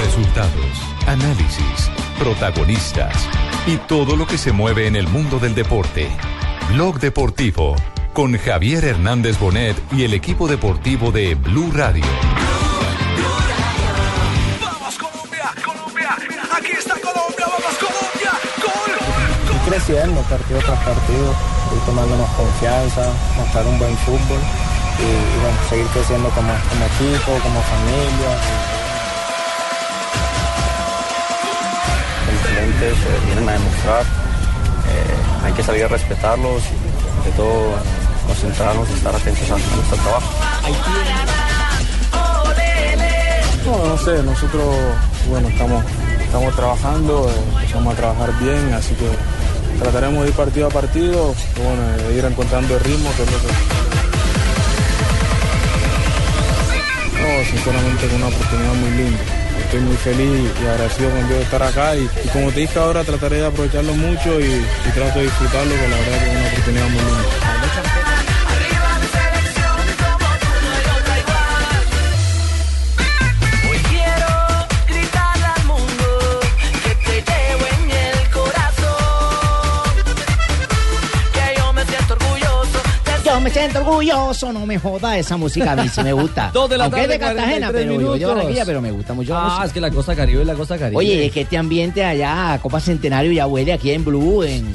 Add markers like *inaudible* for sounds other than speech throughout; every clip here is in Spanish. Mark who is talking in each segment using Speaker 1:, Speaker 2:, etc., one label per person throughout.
Speaker 1: Resultados, análisis, protagonistas y todo lo que se mueve en el mundo del deporte. Blog Deportivo con Javier Hernández Bonet y el equipo deportivo de Blue Radio.
Speaker 2: Vamos Colombia, Colombia, aquí está Colombia, vamos Colombia, gol.
Speaker 3: ir creciendo partido tras partido, ir tomando más confianza, mostrar un buen fútbol y, y bueno, seguir creciendo como, como equipo, como familia.
Speaker 4: excelentes, eh, vienen a demostrar. eh, hay que salir a respetarlos y de todo concentrarnos y estar atentos a a nuestro trabajo.
Speaker 5: No, no sé, nosotros, bueno, estamos, estamos trabajando, eh, empezamos a trabajar bien, así que trataremos de ir partido a partido, bueno, de ir encontrando el ritmo, que es lo que- No, sinceramente es una oportunidad muy linda. Estoy muy feliz y agradecido con Dios de estar acá y, y como te dije ahora trataré de aprovecharlo mucho y, y trato de disfrutarlo, porque la verdad que es una oportunidad muy linda.
Speaker 2: Hoy quiero gritar al mundo que te llevo en el corazón, que yo me siento orgulloso de
Speaker 6: Yo me siento orgulloso, no me joda esa música, a mí sí me *laughs* gusta.
Speaker 7: Dos de la
Speaker 6: Aunque es de
Speaker 7: tarde,
Speaker 6: Cartagena,
Speaker 7: 43
Speaker 6: pero yo, yo de
Speaker 7: minutos.
Speaker 6: Barranquilla, pero me gusta mucho la
Speaker 7: Ah,
Speaker 6: música.
Speaker 7: es que la costa caribe es la costa caribe.
Speaker 6: Oye, es que este ambiente allá, Copa Centenario, ya huele aquí en Blue, en,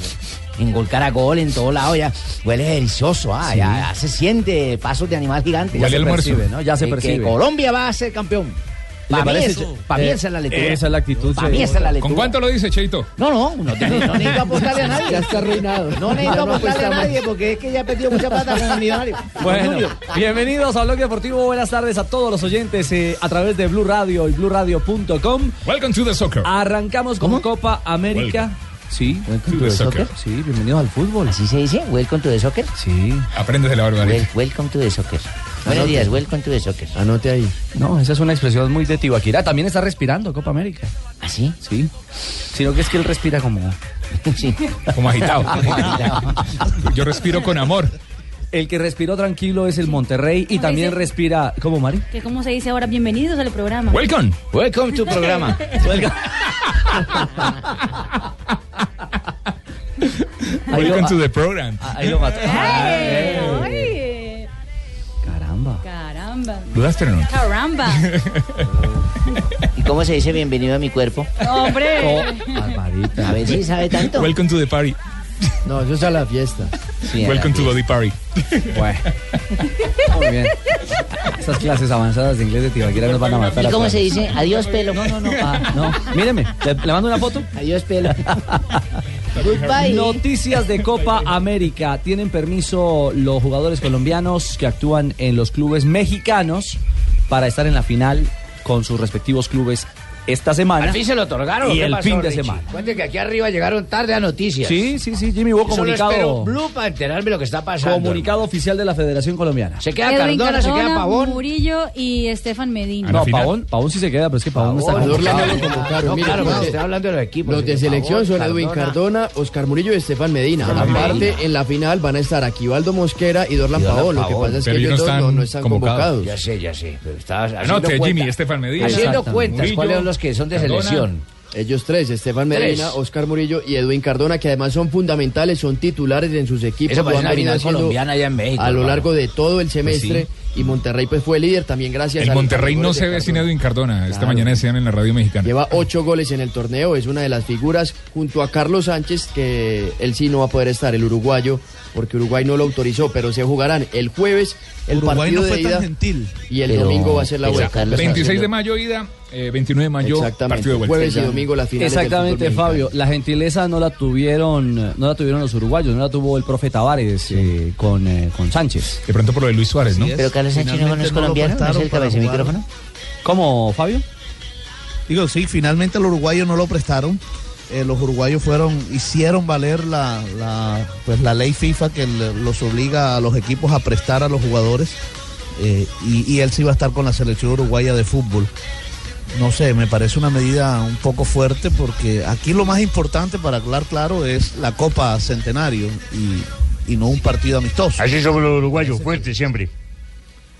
Speaker 6: en Gol Caracol, en todo lado, ya huele delicioso, ah, ya, ya se siente pasos de animal gigante.
Speaker 7: Ya
Speaker 6: Ya
Speaker 7: se
Speaker 6: se
Speaker 7: percibe, ¿no? Ya se
Speaker 6: que-
Speaker 7: percibe.
Speaker 6: Que Colombia va a ser campeón.
Speaker 7: ¿Le
Speaker 6: Para mí,
Speaker 7: parece?
Speaker 6: eso- pa' mí
Speaker 7: Eh,
Speaker 6: esa es la lectura.
Speaker 7: esa es la actitud,
Speaker 6: Para
Speaker 7: sí.
Speaker 6: mí esa es la lectura.
Speaker 8: ¿Con cuánto lo dice, Cheito?
Speaker 6: No, no, no, te- no necesito apostarle a nadie.
Speaker 9: Ya está arruinado.
Speaker 6: No necesito
Speaker 9: Ya no
Speaker 6: apostarle a
Speaker 9: apuesta más.
Speaker 6: nadie porque es que ya he perdido mucha plata con el millonario. con
Speaker 7: Bueno,
Speaker 6: Junior.
Speaker 7: bienvenidos a Blog Deportivo. Buenas tardes a todos los oyentes eh, a través de Blue Radio y BlueRadio.com.
Speaker 8: Welcome to the soccer.
Speaker 7: Arrancamos con
Speaker 6: ¿Cómo?
Speaker 7: Copa América. Sí,
Speaker 8: to the soccer.
Speaker 7: Pues, sí, bienvenidos al fútbol.
Speaker 6: Así se dice, welcome to the soccer.
Speaker 7: Sí.
Speaker 8: Aprendes de la
Speaker 6: Wel-
Speaker 8: barbarie.
Speaker 6: welcome to the soccer. Buenos días, welcome to the soccer.
Speaker 9: Anote ahí.
Speaker 7: No, esa es una expresión muy de Tibaquirá. También está respirando Copa América.
Speaker 6: ¿Así?
Speaker 7: Sí. Sino que es que él respira como.
Speaker 6: *laughs* sí.
Speaker 8: Como
Speaker 6: *laughs*
Speaker 8: agitado. Yo respiro con amor.
Speaker 7: El que respiró tranquilo es el Monterrey y
Speaker 10: ¿Cómo
Speaker 7: también
Speaker 10: dice?
Speaker 7: respira. ¿Cómo, Mari?
Speaker 10: que como se dice ahora, bienvenidos al programa.
Speaker 8: Welcome.
Speaker 6: Welcome to
Speaker 10: *laughs*
Speaker 6: programa.
Speaker 7: Ahí lo-
Speaker 8: Welcome to the program.
Speaker 6: Ah,
Speaker 8: Ah.
Speaker 7: Ahí lo mató.
Speaker 10: ¡Ay!
Speaker 7: Ay.
Speaker 10: ¡Ay!
Speaker 7: Caramba.
Speaker 10: Caramba.
Speaker 8: Good afternoon.
Speaker 10: Caramba.
Speaker 6: ¿Y cómo se dice bienvenido a mi cuerpo?
Speaker 10: Hombre.
Speaker 6: Oh. A ver si sabe tanto.
Speaker 8: Welcome to the party.
Speaker 9: No, eso es a la
Speaker 3: *laughs*
Speaker 9: fiesta.
Speaker 6: Sí, a la
Speaker 8: Welcome to
Speaker 6: fiesta.
Speaker 8: the party.
Speaker 7: Bueno. *laughs* Muy bien. Esas clases avanzadas de inglés de Tibaquirá nos van a matar.
Speaker 6: ¿Y
Speaker 7: a
Speaker 6: cómo
Speaker 7: todos.
Speaker 6: se dice? Adiós, pelo. No, no, no.
Speaker 7: Ah, no. Míreme, le, le mando una foto.
Speaker 6: Adiós,
Speaker 7: *laughs*
Speaker 6: pelo. Goodbye.
Speaker 7: Noticias de Copa América. Tienen permiso los jugadores colombianos que actúan en los clubes mexicanos para estar en la final con sus respectivos clubes esta semana.
Speaker 9: se lo otorgaron.
Speaker 7: Y ¿qué el pasó, fin de Richie? semana.
Speaker 9: Cuente que aquí arriba llegaron tarde a noticias.
Speaker 7: Sí, sí, sí, Jimmy, hubo comunicado,
Speaker 9: Blue para enterarme lo que está pasando.
Speaker 7: comunicado oficial de la Federación Colombiana.
Speaker 9: Se
Speaker 10: Edwin Cardona, Murillo y Estefan Medina.
Speaker 8: la
Speaker 7: No,
Speaker 8: final.
Speaker 7: Pavón, Pavón sí se queda, pero es que Pavón, no está
Speaker 9: Pavón,
Speaker 7: convocado.
Speaker 9: Orlando lo convocaron. Mire,
Speaker 3: claro,
Speaker 9: mire,
Speaker 3: porque estoy hablando de los equipos.
Speaker 9: Los de
Speaker 3: señor,
Speaker 9: selección
Speaker 3: Pavón,
Speaker 9: son Edwin Cardona, Oscar Murillo y Estefan Medina.
Speaker 6: Estefan
Speaker 9: Aparte,
Speaker 6: Medina.
Speaker 9: en la final van a estar Aquivaldo Mosquera y Dorlan Pavón. Lo que pasa es que
Speaker 8: Pero ellos
Speaker 9: ellos dos
Speaker 8: no
Speaker 9: no,
Speaker 8: están
Speaker 9: no están
Speaker 8: convocados.
Speaker 9: convocados.
Speaker 3: Ya sé, ya sé, pero estabas haciendo
Speaker 8: Anote,
Speaker 3: cuenta-
Speaker 8: Jimmy, Estefan Medina.
Speaker 3: Haciendo
Speaker 7: Exactamente.
Speaker 3: cuentas,
Speaker 8: Murillo,
Speaker 3: ¿cuáles son los que son de
Speaker 8: Cardona.
Speaker 3: selección?
Speaker 9: Ellos tres, Estefan Medina,
Speaker 3: Tres.
Speaker 9: Oscar Murillo y Edwin Cardona, que además son fundamentales, son titulares en sus equipos.
Speaker 3: Eso
Speaker 9: lo
Speaker 3: parece
Speaker 9: han
Speaker 3: una
Speaker 9: venido
Speaker 3: final
Speaker 9: haciendo
Speaker 3: colombiana allá en México.
Speaker 9: a lo
Speaker 3: hermano. Pues
Speaker 9: largo de todo el semestre. Y Monterrey pues fue líder también gracias a
Speaker 8: El
Speaker 9: los
Speaker 8: Monterrey no
Speaker 9: goles de
Speaker 8: se ve sin
Speaker 9: Cardona.
Speaker 8: Edwin Cardona. Esta
Speaker 9: Claro.
Speaker 8: mañana decían en la radio mexicana.
Speaker 9: Lleva ocho goles en el torneo, es una de las figuras junto a Carlos Sánchez, que él sí no va a poder estar, el uruguayo, porque Uruguay no lo autorizó, pero se jugarán el jueves el partido de ida
Speaker 11: gentil.
Speaker 9: y el
Speaker 6: Pero-
Speaker 9: domingo va a ser la
Speaker 6: pero
Speaker 9: vuelta.
Speaker 6: Carlos
Speaker 8: 26 de mayo ida, eh, 29 de mayo
Speaker 9: Exactamente,
Speaker 8: partido de vuelta.
Speaker 9: jueves y domingo la final.
Speaker 7: Exactamente, Fabio. La gentileza no la tuvieron, eh, no la tuvieron los uruguayos, no la tuvo el profe Tavares eh, con, eh, con Sánchez.
Speaker 8: De pronto por lo de Luis Suárez, ¿no?
Speaker 6: Pero Carlos Sánchez no
Speaker 11: Finalmente
Speaker 6: es
Speaker 11: no lo
Speaker 6: colombiano, no es el
Speaker 11: prestaron para
Speaker 6: cabeza de
Speaker 11: jugar.
Speaker 6: micrófono.
Speaker 7: ¿Cómo, Fabio?
Speaker 11: Digo, sí, finalmente los uruguayos no lo prestaron. Eh, los uruguayos fueron, hicieron valer la, la, pues, la ley FIFA que le- los obliga a los equipos a prestar a los jugadores. Eh, y, y él sí va a estar con la selección uruguaya de fútbol. No sé, me parece una medida un poco fuerte porque aquí lo más importante para hablar claro es la Copa Centenario y, y no un partido amistoso.
Speaker 3: Así somos los uruguayos, fuertes siempre.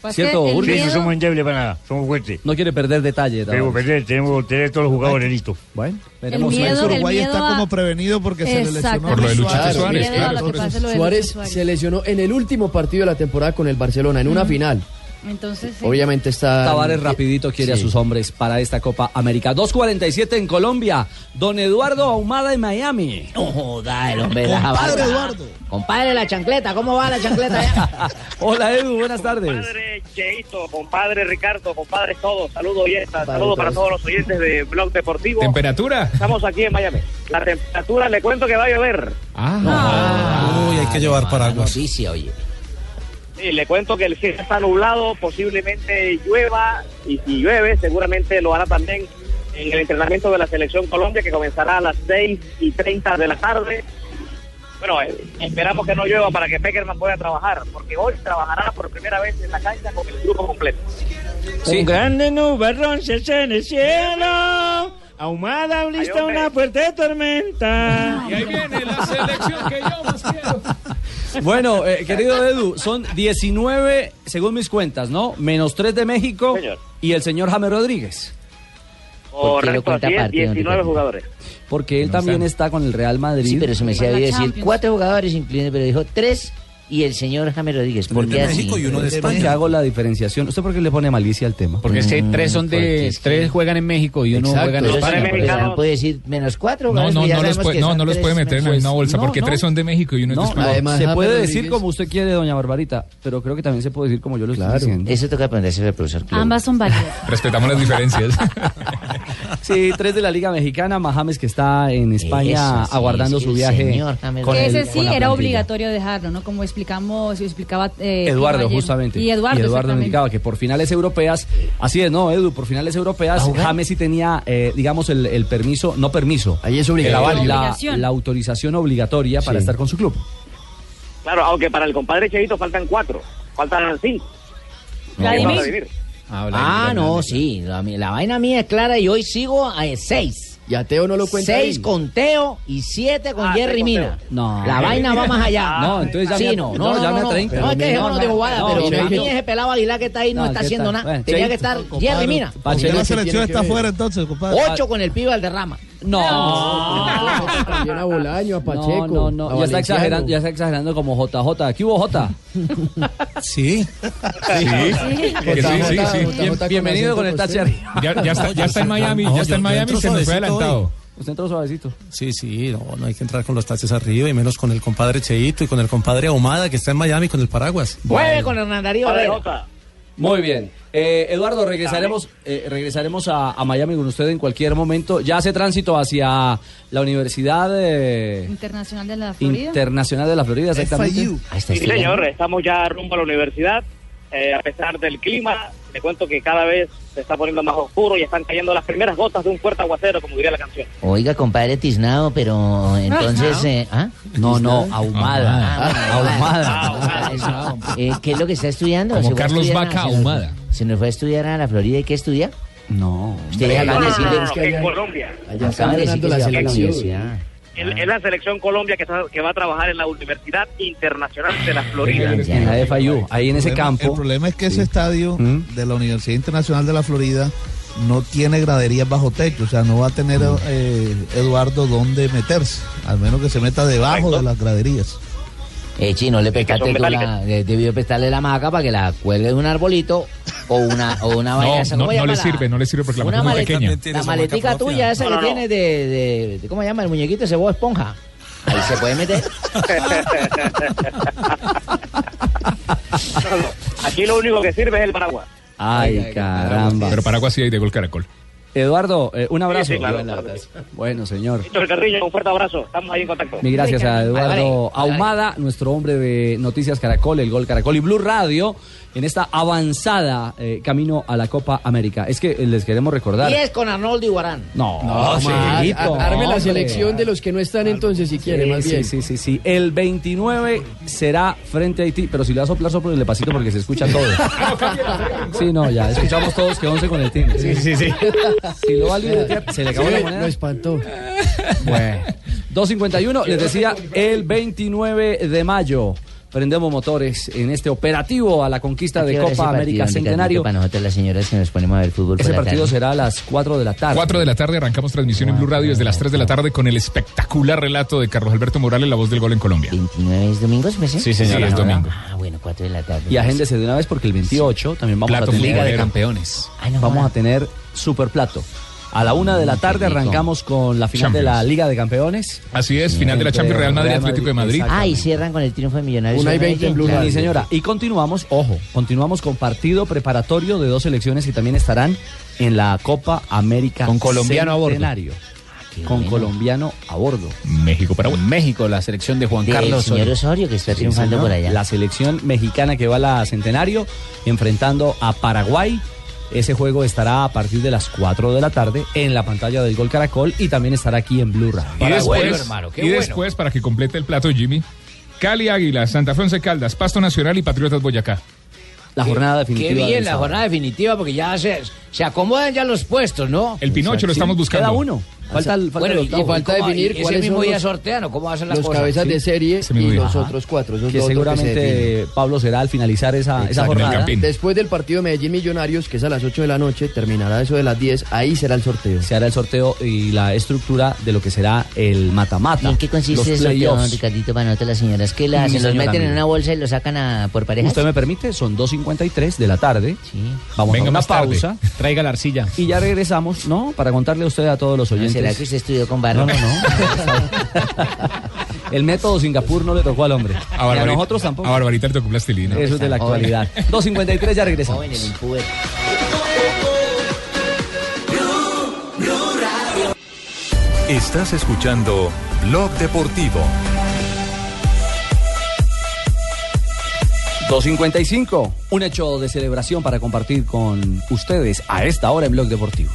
Speaker 10: pasa es
Speaker 7: ¿Cierto,
Speaker 10: que el
Speaker 7: Burgos?
Speaker 10: miedo-
Speaker 7: endebles para nada, somos fuertes. No quiere perder detalle.
Speaker 12: Tenemos que perder, tenemos que tener todos los jugadores listos.
Speaker 7: Bueno,
Speaker 10: veremos miedo- eso. el
Speaker 11: Uruguay
Speaker 10: miedo
Speaker 11: está
Speaker 10: a-
Speaker 11: como prevenido porque se le lesionó.
Speaker 10: Exactamente. Por lo de Luchito
Speaker 11: Claro,
Speaker 10: Suárez,
Speaker 11: miedo a
Speaker 10: claro.
Speaker 11: lo que
Speaker 10: Por eso.
Speaker 11: pase.
Speaker 10: pase lo de
Speaker 9: Suárez
Speaker 10: Lucho Suárez.
Speaker 9: se lesionó en el último partido de la temporada con el Barcelona, en una
Speaker 10: Ujú.
Speaker 9: final.
Speaker 10: Entonces, sí.
Speaker 9: Obviamente está.
Speaker 7: Tavares rapidito quiere a
Speaker 9: Sí.
Speaker 7: sus hombres para esta Copa América. 2.47 en Colombia. Don Eduardo Ahumada en Miami.
Speaker 6: No joda, el hombre de la
Speaker 7: Compadre
Speaker 6: jabalda.
Speaker 7: Eduardo.
Speaker 6: Compadre, la chancleta, ¿cómo va la chancleta allá?
Speaker 7: Hola Edu, buenas tardes.
Speaker 13: Compadre Cheito, compadre Ricardo, compadres todos, saludos y esta,
Speaker 7: Compadre
Speaker 13: saludos para
Speaker 7: todos.
Speaker 13: todos los oyentes de Blog Deportivo.
Speaker 8: ¿Temperatura?
Speaker 13: Estamos aquí en Miami. La temperatura, le cuento que va a llover.
Speaker 14: Uy, hay que llevar paraguas.
Speaker 6: Ah, Noticia, oye.
Speaker 13: Sí, le cuento que el cielo está nublado, posiblemente llueva, y si llueve, seguramente lo hará también en el entrenamiento de la Selección Colombia, que comenzará a las 6 y 30 de la tarde. Bueno, eh, esperamos que no llueva para que Peckerman pueda trabajar, porque hoy trabajará por primera vez en la cancha con el grupo completo.
Speaker 15: Un grande nubarrón se hace en el cielo. Ahumada lista una fuerte tormenta. Y ahí viene la selección que yo más quiero.
Speaker 7: Bueno, eh, querido Edu, son 19, según mis cuentas, ¿no? Menos 3 de México y el señor James Rodríguez.
Speaker 13: Correcto, así es, 19 jugadores.
Speaker 7: Porque él también está con el Real Madrid.
Speaker 6: Sí, pero se me hacía
Speaker 7: Para la
Speaker 6: decir
Speaker 7: Champions.
Speaker 6: cuatro jugadores incluidos, pero dijo tres y el señor James Rodríguez. ¿Por qué así?
Speaker 7: Porque hago la diferenciación. ¿Usted por qué le pone malicia al tema?
Speaker 16: Porque es que
Speaker 6: Mm,
Speaker 16: tres son de tres juegan en México y uno
Speaker 7: Exacto,
Speaker 16: juega en
Speaker 7: pero
Speaker 16: España.
Speaker 7: sí, pero
Speaker 6: Ah, Puede decir menos cuatro.
Speaker 16: No,
Speaker 6: jugadores,
Speaker 16: no,
Speaker 6: pero ya
Speaker 16: no los
Speaker 6: sabemos
Speaker 16: puede-
Speaker 6: que
Speaker 16: no,
Speaker 6: son
Speaker 16: no los
Speaker 6: tres
Speaker 16: puede meter en la
Speaker 6: menos-
Speaker 16: misma bolsa porque tres son de México y uno es de
Speaker 7: No,
Speaker 16: España.
Speaker 7: además, se puede decir como usted quiere, doña Barbarita, pero creo que también se puede decir como yo lo estoy diciendo.
Speaker 6: Eso toca aprenderse del profesor
Speaker 10: Ambas son válidas.
Speaker 7: Respetamos las diferencias. sí, tres de la Liga Mexicana, más James que está en España
Speaker 6: Eso sí,
Speaker 7: aguardando
Speaker 6: es que
Speaker 7: su
Speaker 6: el
Speaker 7: viaje.
Speaker 6: señor James
Speaker 7: con
Speaker 10: que
Speaker 7: el-
Speaker 10: ese
Speaker 7: con
Speaker 10: sí
Speaker 7: la
Speaker 10: era
Speaker 7: plantilla.
Speaker 10: obligatorio dejarlo, ¿no? Como explicamos, explicaba eh,
Speaker 7: Eduardo,
Speaker 10: Caballero.
Speaker 7: justamente.
Speaker 10: Y Eduardo, exactamente.
Speaker 7: Mercado, que por finales europeas, así es, ¿no, Edu? Por finales europeas, James sí tenía, eh, digamos, el, el permiso, no permiso. Ahí es
Speaker 13: obligatorio. La
Speaker 7: La,
Speaker 13: obligación.
Speaker 7: la autorización obligatoria para estar con su club.
Speaker 13: Claro, aunque para el compadre Cheito faltan cuatro, faltan cinco. Vamos a vivir.
Speaker 6: Ah, no, sí. La, mi- la vaina mía es clara y hoy sigo a eh, seis.
Speaker 9: Y a Teo no lo cuenta.
Speaker 6: Seis
Speaker 9: ahí.
Speaker 6: con Teo y siete con
Speaker 9: Ah,
Speaker 6: Jerry
Speaker 9: seis con
Speaker 6: Mina.
Speaker 9: Teo.
Speaker 7: No.
Speaker 6: La vaina va más allá.
Speaker 7: No, entonces ya
Speaker 6: sí,
Speaker 7: me a-
Speaker 6: no,
Speaker 7: no,
Speaker 6: no, no,
Speaker 7: ya me
Speaker 6: no,
Speaker 7: a
Speaker 6: no.
Speaker 7: 30.
Speaker 6: No, es que
Speaker 7: No,
Speaker 6: dejémonos de
Speaker 7: no,
Speaker 6: jugada,
Speaker 7: no,
Speaker 6: pero
Speaker 7: Cheito.
Speaker 6: a mí ese pelado Aguilar que está ahí no,
Speaker 7: No,
Speaker 6: está
Speaker 7: ¿qué
Speaker 6: haciendo
Speaker 7: tal?
Speaker 6: nada.
Speaker 7: Bueno,
Speaker 6: Tenía que
Speaker 7: Cheito,
Speaker 6: estar
Speaker 7: compadre,
Speaker 6: Jerry Mina.
Speaker 7: Pacheco.
Speaker 11: Porque la
Speaker 7: Cheito
Speaker 11: selección
Speaker 7: tiene que
Speaker 11: está
Speaker 7: ver.
Speaker 11: fuera entonces, compadre.
Speaker 6: Ocho con el pibe al derrama.
Speaker 9: También a Bolaño, a Pacheco.
Speaker 7: no, no,
Speaker 9: a
Speaker 7: no. Ya está,
Speaker 9: Valenciano.
Speaker 7: exagerando, ya está exagerando como JJ. Aquí hubo J.
Speaker 11: Sí.
Speaker 7: Sí.
Speaker 8: Que sí, sí, sí.
Speaker 7: Bien- bienvenido con el taxi arriba.
Speaker 8: Ya, ya está, ya está en Miami, ya está en Miami, se nos fue adelantado.
Speaker 7: Usted entró suavecito.
Speaker 17: Sí, sí, no, no hay que entrar con los taches arriba y menos con el compadre Cheito y con el compadre Ahumada que está en Miami con el paraguas.
Speaker 6: Mueve con Hernán Darío
Speaker 13: Vale,
Speaker 6: Herrera.
Speaker 13: Jota.
Speaker 7: Muy bien. Eh, Eduardo, regresaremos, eh, regresaremos a, a Miami con usted en cualquier momento. Ya hace tránsito hacia la Universidad eh,
Speaker 10: Internacional de la Florida.
Speaker 7: Internacional de la Florida, exactamente.
Speaker 13: Sí, señor, estamos ya rumbo a la universidad. Eh, a pesar del clima, le cuento que cada vez se está poniendo más oscuro y están cayendo las primeras gotas de un fuerte aguacero, como diría la canción.
Speaker 6: Oiga, compadre tiznado, pero entonces...
Speaker 13: no.
Speaker 6: eh, ¿ah?
Speaker 7: No, no,
Speaker 6: ahumada. Ah,
Speaker 7: Ahumada.
Speaker 6: Eh, ¿Qué es lo que está estudiando?
Speaker 7: Como
Speaker 6: ¿Se fue a
Speaker 7: Carlos
Speaker 6: estudiar a-
Speaker 7: Vaca
Speaker 6: se nos-
Speaker 7: ahumada.
Speaker 6: ¿Se nos fue a estudiar a la Florida y qué estudia?
Speaker 7: No.
Speaker 6: Ustedes acaban de decir
Speaker 13: no,
Speaker 6: que...
Speaker 13: en Colombia.
Speaker 6: Allá acaban de decir que se va para la universidad.
Speaker 13: Es es la selección Colombia que, está- que va a trabajar en la Universidad Internacional de la Florida. *laughs*
Speaker 7: En la FIU, ahí en ese
Speaker 11: problema-
Speaker 7: campo.
Speaker 11: El problema es que ese estadio de la Universidad Internacional de la Florida no tiene graderías bajo techo, o sea, no va a tener eh, Eduardo dónde meterse, al menos que se meta debajo de las graderías.
Speaker 6: Eh, chino, le
Speaker 11: son
Speaker 6: prestaste con la,
Speaker 11: metálicas.
Speaker 6: eh, debió prestarle la maca para que la cuelgue de un arbolito o una, o una vaina.
Speaker 8: No,
Speaker 6: esa,
Speaker 8: no,
Speaker 6: ¿cómo
Speaker 8: no le
Speaker 6: llama la-
Speaker 8: sirve, no le sirve porque la
Speaker 6: Una
Speaker 8: mano es muy
Speaker 6: maleta-
Speaker 8: pequeña.
Speaker 6: La maletica tuya, esa que tienes de, de- de- ¿Cómo se llama? El muñequito ese Bob esponja. Ahí se puede meter.
Speaker 13: Aquí lo único que sirve es el
Speaker 6: *laughs*
Speaker 13: paraguas.
Speaker 7: Ay, caramba.
Speaker 8: Pero paraguas sí hay de gol caracol.
Speaker 7: Eduardo, eh, un abrazo.
Speaker 13: Sí, sí, claro,
Speaker 7: Bueno,
Speaker 13: claro que sí.
Speaker 7: Bueno, señor.
Speaker 13: Víctor Carrillo, un fuerte abrazo. Estamos ahí en contacto.
Speaker 7: Mi gracias a Eduardo Ahumada, nuestro hombre de Noticias Caracol, el Gol Caracol y Blue Radio, en esta avanzada eh, camino a la Copa América. Es que eh, les queremos recordar.
Speaker 6: Diez con Arnoldo Iguarán.
Speaker 7: No,
Speaker 9: Ah, sí,
Speaker 7: Cheito,
Speaker 9: a- Arme la
Speaker 7: hombre.
Speaker 9: selección de los que no están entonces, si quiere,
Speaker 7: Sí,
Speaker 9: más
Speaker 7: sí,
Speaker 9: bien. *laughs*
Speaker 7: sí, sí, sí. El 29 será frente a Haití, pero si le vas a soplar, sopla el pasito porque se
Speaker 9: *laughs*
Speaker 7: escucha todo. Sí, no, ya, escuchamos todos que 11 con el team. Sí, sí, sí. Si lo va a libretear, se le acabó
Speaker 9: Sí,
Speaker 7: la moneda.
Speaker 9: Lo espantó.
Speaker 7: Bueno. 251, les decía, el 29 de mayo. prendemos motores en este operativo a la conquista
Speaker 6: ¿A qué
Speaker 7: de
Speaker 6: hora es
Speaker 7: Copa
Speaker 6: el partido,
Speaker 7: América
Speaker 6: Ricardo? Porque
Speaker 7: Centenario.
Speaker 6: Para nosotros las señoras que nos ponemos a ver fútbol.
Speaker 7: Ese
Speaker 6: por la
Speaker 7: partido
Speaker 6: tarde.
Speaker 7: será a las 4 de la tarde.
Speaker 8: 4 de la tarde arrancamos transmisión en Blue Radio desde las 3 de la tarde con el espectacular relato de Carlos Alberto Morales, la voz del gol en Colombia.
Speaker 6: ¿29 es domingo? ¿es
Speaker 8: Sí, señor, es domingo.
Speaker 6: Ah, bueno, 4 de la tarde.
Speaker 7: Y agéndese de una vez porque el 28 también vamos
Speaker 8: Plato
Speaker 7: a tener
Speaker 8: futbolero. Liga de
Speaker 7: Campeones. vamos a tener super plato. A la una
Speaker 6: Mm,
Speaker 7: de la tarde arrancamos con la final de la
Speaker 8: Champions.
Speaker 7: Liga de Campeones.
Speaker 8: Así es, final de la Champions Real Madrid, Atlético de Madrid.
Speaker 6: Ah, y cierran con el triunfo de Millonarios.
Speaker 7: Una y
Speaker 6: sobre Medellín, claro.
Speaker 7: Sí, señora. Y continuamos, ojo, continuamos con partido preparatorio de dos selecciones que también estarán en la Copa América
Speaker 18: Con colombiano a bordo.
Speaker 7: Centenario. Con colombiano a bordo.
Speaker 8: México para
Speaker 18: México, la selección de Juan
Speaker 7: Del
Speaker 18: Carlos
Speaker 7: señor Osorio, que está triunfando por allá. La selección mexicana que va a la Centenario enfrentando a Paraguay. Ese juego estará a partir de las 4 de la tarde en la pantalla del Gol Caracol y también estará aquí en Blue Radio.
Speaker 8: Y después, y después, para que complete el plato, Jimmy, Cali Águilas, Santa Fe Once Caldas, Pasto Nacional y Patriotas Boyacá.
Speaker 7: La jornada
Speaker 8: definitiva
Speaker 19: Qué
Speaker 8: del
Speaker 19: bien, la
Speaker 8: sábado.
Speaker 19: jornada definitiva, porque ya se, se acomodan ya los puestos, ¿no?
Speaker 8: El Pinocho lo estamos buscando.
Speaker 19: Cada
Speaker 8: uno.
Speaker 19: Falta el- falta
Speaker 9: bueno,
Speaker 19: el
Speaker 9: y
Speaker 19: octavo.
Speaker 9: falta
Speaker 19: ¿Cómo? ¿Y
Speaker 9: definir
Speaker 19: ese
Speaker 9: cuáles
Speaker 19: mismo
Speaker 9: son
Speaker 19: día
Speaker 9: los,
Speaker 19: sortean o cómo hacen la
Speaker 9: los
Speaker 19: cosa?
Speaker 9: cabezas
Speaker 19: Sí.
Speaker 9: de serie
Speaker 19: Ese
Speaker 9: y
Speaker 19: mismo día.
Speaker 9: los
Speaker 19: Ajá.
Speaker 9: otros cuatro. Esos
Speaker 7: que
Speaker 9: dos otros que se definen.
Speaker 7: seguramente Pablo será al finalizar esa, esa
Speaker 9: Exacto.
Speaker 7: jornada.
Speaker 9: Después del partido Medellín Millonarios, que es a las 8 de la noche, terminará eso de las 10, ahí será el sorteo.
Speaker 7: Se hará el sorteo y la estructura de lo que será el
Speaker 6: ¿Y
Speaker 7: mata-mata.
Speaker 6: en qué consiste
Speaker 7: los
Speaker 6: eso,
Speaker 7: playoffs.
Speaker 6: Ricardito, para nosotros las señoras? que
Speaker 7: Mi
Speaker 6: las, se los
Speaker 7: señora,
Speaker 6: meten en
Speaker 7: mire.
Speaker 6: una bolsa y los sacan a, por parejas?
Speaker 7: ¿Usted me permite? Son 2.53 de la tarde. Vamos
Speaker 18: Venga
Speaker 7: a una
Speaker 18: más tarde.
Speaker 7: pausa.
Speaker 18: Traiga la arcilla.
Speaker 7: Y ya regresamos, ¿no? Para contarle a usted a todos los oyentes.
Speaker 6: ¿Será que usted estudió con
Speaker 7: No,
Speaker 6: Barro?
Speaker 7: no,
Speaker 6: *laughs*
Speaker 7: no. El método Singapur no le tocó al hombre.
Speaker 8: A,
Speaker 7: Ni a
Speaker 8: Barbarita,
Speaker 7: nosotros tampoco.
Speaker 8: a Barbarita le tocó plastilina.
Speaker 7: Eso es de la actualidad. 2.53, ya regresamos.
Speaker 1: Estás escuchando Blog Deportivo.
Speaker 7: 2.55, un hecho de celebración para compartir con ustedes a esta hora en Blog Deportivo.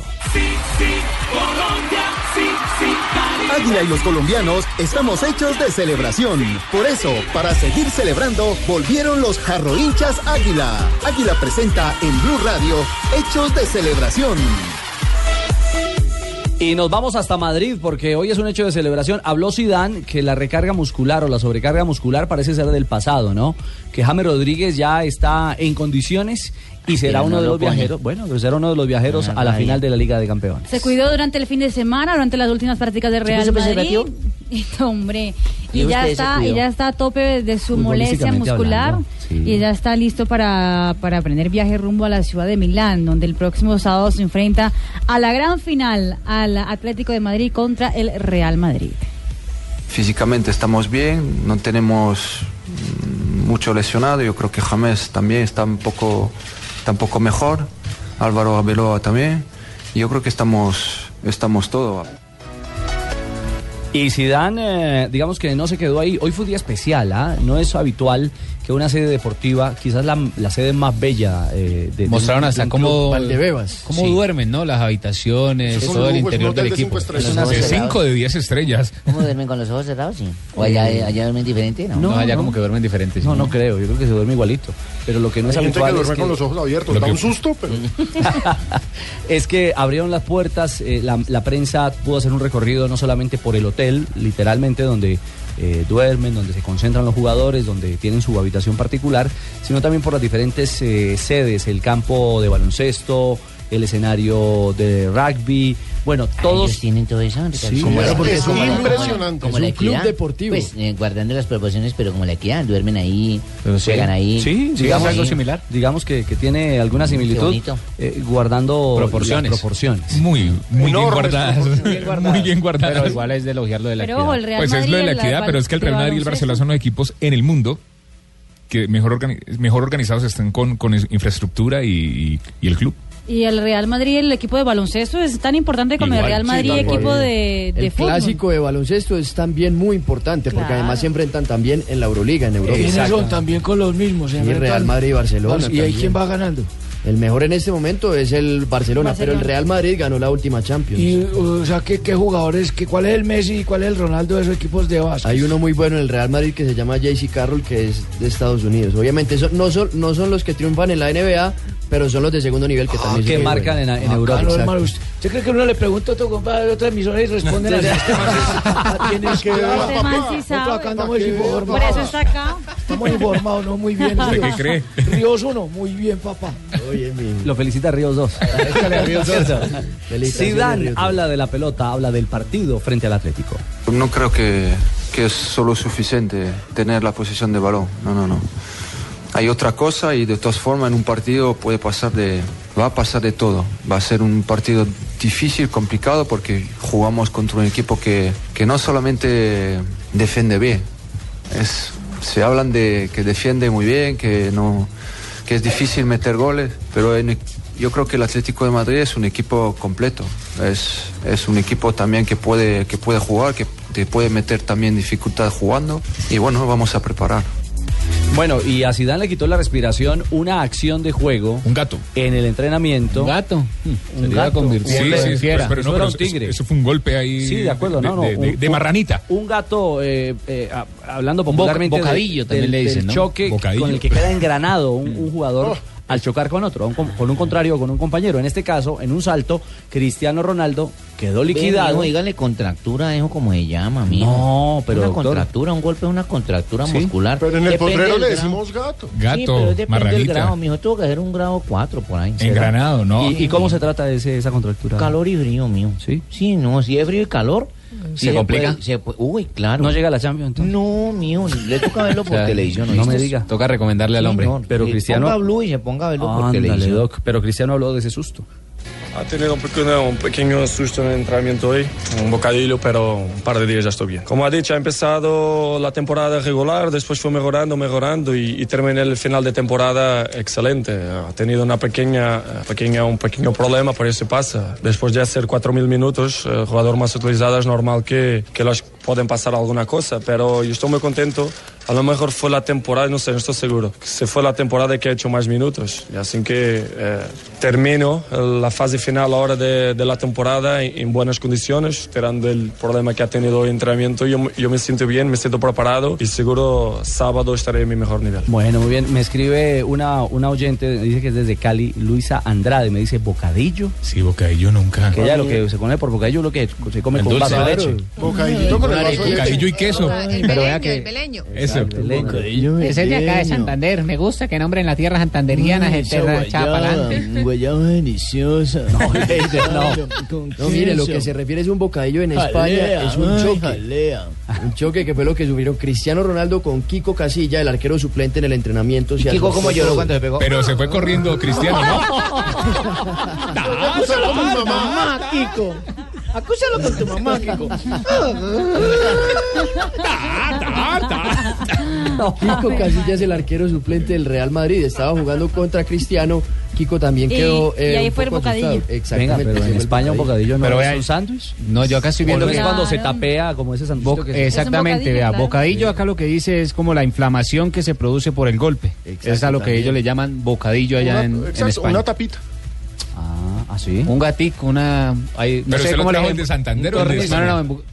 Speaker 20: Águila y los colombianos estamos hechos de celebración. Por eso, para seguir celebrando, volvieron los jarrohinchas Águila. Águila presenta en Blue Radio Hechos de Celebración.
Speaker 7: Y nos vamos hasta Madrid porque hoy es un hecho de celebración. Habló Zidane que la recarga muscular o la sobrecarga muscular parece ser del pasado, ¿no? Que James Rodríguez ya está en condiciones y será
Speaker 6: pero
Speaker 7: uno
Speaker 6: no
Speaker 7: de
Speaker 6: lo
Speaker 7: los
Speaker 6: pone.
Speaker 7: viajeros, bueno, pero será uno de los viajeros a la final de la Liga de Campeones.
Speaker 10: Se cuidó durante el fin de semana, durante las últimas prácticas de Real
Speaker 6: puso
Speaker 10: Madrid.
Speaker 6: preservativo?
Speaker 10: *laughs* Y, hombre, y
Speaker 6: Digo,
Speaker 10: ya
Speaker 6: usted se
Speaker 10: está, y
Speaker 6: cuidó.
Speaker 10: ya está a tope de su molestia
Speaker 6: Futbolísticamente
Speaker 10: muscular
Speaker 6: hablando, sí.
Speaker 10: y ya está listo para, para emprender viaje rumbo a la ciudad de Milán, donde el próximo sábado se enfrenta a la gran final al Atlético de Madrid contra el Real Madrid.
Speaker 21: Físicamente estamos bien, no tenemos mm, mucho lesionado. Yo creo que James también está un poco, está un poco mejor. Álvaro Abeloa también. Yo creo que estamos, estamos todo.
Speaker 7: Y Zidane, eh, digamos que no se quedó ahí. Hoy fue un día especial, ¿ah? No es habitual que una sede deportiva, quizás la, la sede más bella eh, de- de
Speaker 18: Mostraron
Speaker 7: un-
Speaker 18: hasta
Speaker 7: de un
Speaker 18: cómo,
Speaker 7: club.
Speaker 18: cómo
Speaker 7: Sí.
Speaker 18: duermen, ¿no? Las habitaciones, todo el interior del equipo.
Speaker 8: De 5 de 10 estrellas.
Speaker 6: ¿Cómo duermen con los ojos cerrados? Sí. ¿O allá, allá duermen diferente? No,
Speaker 18: No, allá como que duermen diferentes.
Speaker 7: No, no creo, yo creo que se duerme igualito. Pero lo que no es
Speaker 18: Hay gente
Speaker 7: habitual
Speaker 18: que
Speaker 7: es
Speaker 18: duerme
Speaker 7: que,
Speaker 18: con los ojos abiertos, da un
Speaker 7: susto, pero... es que abrieron las puertas, eh, la, la prensa pudo hacer un recorrido no solamente por el hotel, literalmente donde eh, duermen, donde se concentran los jugadores, donde tienen su habitación particular, sino también por las diferentes eh, sedes, el campo de baloncesto, el escenario de rugby, bueno, todos...
Speaker 6: tienen todo eso, Ricardo?
Speaker 7: Sí,
Speaker 6: Como la-
Speaker 7: porque
Speaker 6: como la- como la-
Speaker 7: como la equidad.
Speaker 6: Pues eh, guardando las proporciones, pero como la equidad, duermen ahí, juegan ahí.
Speaker 7: Sí, digamos Digamos que, que tiene alguna
Speaker 6: Qué
Speaker 7: similitud,
Speaker 6: bonito.
Speaker 7: eh, guardando
Speaker 18: Proporciones.
Speaker 7: las proporciones. Muy,
Speaker 18: muy bien guardadas. *laughs*
Speaker 8: Muy bien guardadas.
Speaker 18: Pero igual es de elogiar lo de la
Speaker 10: Pero
Speaker 18: equidad.
Speaker 10: ojo, el Real
Speaker 8: Pues es
Speaker 10: Madrid
Speaker 8: lo de la
Speaker 10: en la
Speaker 8: equidad, pero es que el Real
Speaker 10: de
Speaker 8: Madrid y el
Speaker 10: baloncesto.
Speaker 8: Barcelona son los equipos en el mundo que mejor, organi- mejor organizados están con, con es- infraestructura y, y- y el club.
Speaker 10: Y el Real Madrid, el equipo de baloncesto es tan importante como el
Speaker 8: Igual,
Speaker 10: Real
Speaker 8: sí,
Speaker 10: Madrid,
Speaker 8: tal
Speaker 10: equipo
Speaker 8: cual.
Speaker 10: de, Eh, de
Speaker 9: El
Speaker 10: fútbol.
Speaker 9: clásico de baloncesto es también muy importante porque además se enfrentan también en la Euroliga, en Europa.
Speaker 22: ¿Quiénes son también con los mismos? se
Speaker 9: Y
Speaker 22: enfrentan.
Speaker 9: Real Madrid y Barcelona.
Speaker 22: ¿Y ahí
Speaker 9: también.
Speaker 22: quién va ganando?
Speaker 9: El mejor en este momento es el Barcelona, pero el
Speaker 22: Barcelona.
Speaker 9: Real Madrid ganó la última Champions.
Speaker 22: Y, o sea, ¿qué, qué jugadores? Qué, ¿Cuál es el Messi y cuál es el Ronaldo de esos equipos de base?
Speaker 9: Hay uno muy bueno en el Real Madrid que se llama JC Carroll, que es de Estados Unidos. Obviamente son- no, son, no son los que triunfan en la NBA, pero son los de segundo nivel que Ah, también son
Speaker 22: Ah, que
Speaker 9: muy
Speaker 22: marcan
Speaker 9: buenos.
Speaker 22: en- en Europa.
Speaker 9: Exacto.
Speaker 22: Normal, usted, ¿usted cree que uno le pregunta a otro compadre de otra emisora y responden así? Tienen que
Speaker 6: Ah,
Speaker 10: *laughs* Este man sí sabe.
Speaker 22: Nosotros acá andamos
Speaker 10: Por eso
Speaker 22: desinformados.
Speaker 10: está acá.
Speaker 17: estamos informados, ¿no? Muy bien.
Speaker 7: ¿Usted qué
Speaker 17: Ríos.
Speaker 7: cree?
Speaker 17: Ríos 1, muy bien, papá.
Speaker 7: Lo felicita Ríos 2.
Speaker 17: *laughs* Ríos
Speaker 7: *laughs*
Speaker 17: dos. Felicitaciones,
Speaker 7: Zidane
Speaker 17: Ríos dos.
Speaker 7: habla de la pelota, habla del partido frente al Atlético.
Speaker 23: No creo que, que es solo suficiente tener la posición de balón. No, no, no. Hay otra cosa y de todas formas en un partido puede pasar de. Va a pasar de todo. Va a ser un partido difícil, complicado, porque jugamos contra un equipo que, que no solamente defiende bien. Es, se hablan de que defiende muy bien, que no que es difícil meter goles, pero en- e, yo creo que el Atlético de Madrid es un equipo completo. Es, es un equipo también que puede, que puede jugar, que te puede meter también dificultad jugando. Y bueno, vamos a preparar.
Speaker 7: Bueno, y a Zidane le quitó la respiración una acción de juego. Un gato. En el entrenamiento. Un gato.
Speaker 18: Se le iba convirtiendo
Speaker 8: Sí,
Speaker 18: en
Speaker 8: sí,
Speaker 18: fiera.
Speaker 8: pero- pero no,
Speaker 7: Eso era
Speaker 8: pero
Speaker 7: un
Speaker 8: eso-
Speaker 7: tigre.
Speaker 8: eso fue un golpe ahí
Speaker 7: Sí, de acuerdo,
Speaker 8: de-
Speaker 7: no, no.
Speaker 8: de- de-
Speaker 7: un-
Speaker 8: de
Speaker 7: un-
Speaker 8: marranita.
Speaker 7: Un gato, eh, eh, a- hablando popularmente. de-
Speaker 18: bocadillo también
Speaker 7: del,
Speaker 18: le dicen,
Speaker 7: del
Speaker 18: ¿no?
Speaker 7: choque
Speaker 18: Bocadillo. Mm. Oh.
Speaker 7: con el que queda engranado un, un jugador al chocar con otro, un com- con un contrario o con un compañero. En este caso, en un salto, Cristiano Ronaldo quedó liquidado.
Speaker 6: No, dígale contractura a eso como se llama, mijo.
Speaker 7: No, pero,
Speaker 6: Una
Speaker 7: doctor.
Speaker 6: contractura, un golpe es una contractura
Speaker 7: Sí.
Speaker 6: muscular.
Speaker 7: Pero en el
Speaker 6: Depende
Speaker 7: potrero
Speaker 6: del
Speaker 7: le
Speaker 6: grado.
Speaker 7: decimos
Speaker 24: gato.
Speaker 6: sí, pero depende del grado, mijo. Tuvo que hacer un grado 4 por ahí. ¿será?
Speaker 7: ¿Y, y cómo se trata ese, esa contractura?
Speaker 6: Calor y frío, mío. Sí. Sí, no, si es frío y calor. sí
Speaker 7: ¿Se complica?
Speaker 6: puede- se puede- uy, claro.
Speaker 18: ¿No llega a la Champions,
Speaker 6: No, mío, le toca verlo *laughs* por
Speaker 18: O sea,
Speaker 6: televisión.
Speaker 18: no me
Speaker 6: ¿oíste?
Speaker 18: diga. Toca recomendarle al
Speaker 6: Sí,
Speaker 18: hombre.
Speaker 6: no,
Speaker 18: pero
Speaker 6: que
Speaker 18: Cristiano.
Speaker 6: Ponga Blue y se ponga a verlo por
Speaker 7: Ándale,
Speaker 6: televisión.
Speaker 7: Doc, pero Cristiano habló de ese susto.
Speaker 25: Ha tenido un pequeño, un pequeño susto en el entrenamiento hoy, un bocadillo, pero un par de días ya estoy bien. Como ha dicho, ha empezado la temporada regular, después fue mejorando, mejorando y, y terminé el final de temporada excelente. Ha tenido una pequeña, pequeña, un pequeño problema, pero eso pasa. Después de hacer 4.000 minutos, el jugador más utilizado es normal que, que los pueden pasar alguna cosa, pero yo estoy muy contento. A lo mejor fue la temporada, no sé, no estoy seguro. que Se fue la temporada que ha hecho más minutos. Y así que eh, termino la fase final ahora de, de la temporada en, en buenas condiciones, tirando el problema que ha tenido hoy en entrenamiento. Yo, yo me siento bien, me siento preparado y seguro sábado estaré en mi mejor nivel.
Speaker 7: Bueno, muy bien. Me escribe una, una oyente, dice que es desde Cali, Luisa Andrade. Me dice bocadillo.
Speaker 8: Sí, bocadillo nunca.
Speaker 7: Que ella lo que se come por bocadillo es lo que se come
Speaker 8: En
Speaker 7: con
Speaker 8: dulce
Speaker 7: vaso de
Speaker 8: de
Speaker 7: leche.
Speaker 8: leche. Bocadillito con el vaso de leche. Bocadillo y queso.
Speaker 26: El
Speaker 8: Pero vea
Speaker 26: beleño,
Speaker 8: que-
Speaker 26: el beleño.
Speaker 8: Eso.
Speaker 26: Es el de acá de Santander. Me gusta que nombren la tierra
Speaker 18: Mm,
Speaker 26: santanderiana, el terra chapalante.
Speaker 24: Guayaba
Speaker 6: *laughs*
Speaker 24: deliciosa. No,
Speaker 9: No, mire, lo que se refiere es un bocadillo en
Speaker 24: Jalea,
Speaker 9: España, es un
Speaker 24: ay,
Speaker 9: choque. Un choque que fue lo que subieron Cristiano Ronaldo con Kiko Casilla, el arquero suplente en el entrenamiento. se
Speaker 8: Kiko
Speaker 9: asustó
Speaker 8: cómo lloró
Speaker 9: todo.
Speaker 8: cuando le pegó? Pero se fue corriendo Cristiano, ¿no?
Speaker 6: *laughs*
Speaker 8: Ah,
Speaker 24: Acúsalo con mi mamá.
Speaker 17: mamá, Kiko. Acúsalo con tu mamá, Kiko.
Speaker 10: *laughs*
Speaker 9: Kiko Casillas, el arquero suplente del Real Madrid, estaba jugando contra Cristiano. Kiko también
Speaker 10: Y-
Speaker 9: quedó. eh,
Speaker 10: y ahí
Speaker 9: un
Speaker 10: fue el
Speaker 9: poco
Speaker 10: bocadillo.
Speaker 9: asustado. Exactamente.
Speaker 7: Venga, pero en España un bocadillo no
Speaker 18: Pero
Speaker 7: es
Speaker 18: vea-
Speaker 7: un sándwich.
Speaker 18: No, yo acá estoy
Speaker 7: O
Speaker 18: viendo
Speaker 7: no
Speaker 18: que-
Speaker 7: es cuando
Speaker 26: Ah,
Speaker 7: se
Speaker 18: Claro.
Speaker 7: tapea como ese sándwich que se-
Speaker 18: Exactamente, vea, bocadillo acá lo que dice es como la inflamación que se produce por el golpe. Es a lo que
Speaker 7: también.
Speaker 18: ellos le llaman bocadillo allá
Speaker 7: Una-
Speaker 18: en, en
Speaker 7: exacto,
Speaker 18: España.
Speaker 7: una
Speaker 24: tapita.
Speaker 18: Ah, así. Un gatico, una... ahí, no
Speaker 8: Pero
Speaker 18: sé
Speaker 8: se lo
Speaker 18: cómo le
Speaker 8: trajo
Speaker 18: dicen.
Speaker 8: el de Santander
Speaker 18: Un
Speaker 8: o el de
Speaker 18: tornillo. No, no, no,
Speaker 8: España.
Speaker 18: en bu-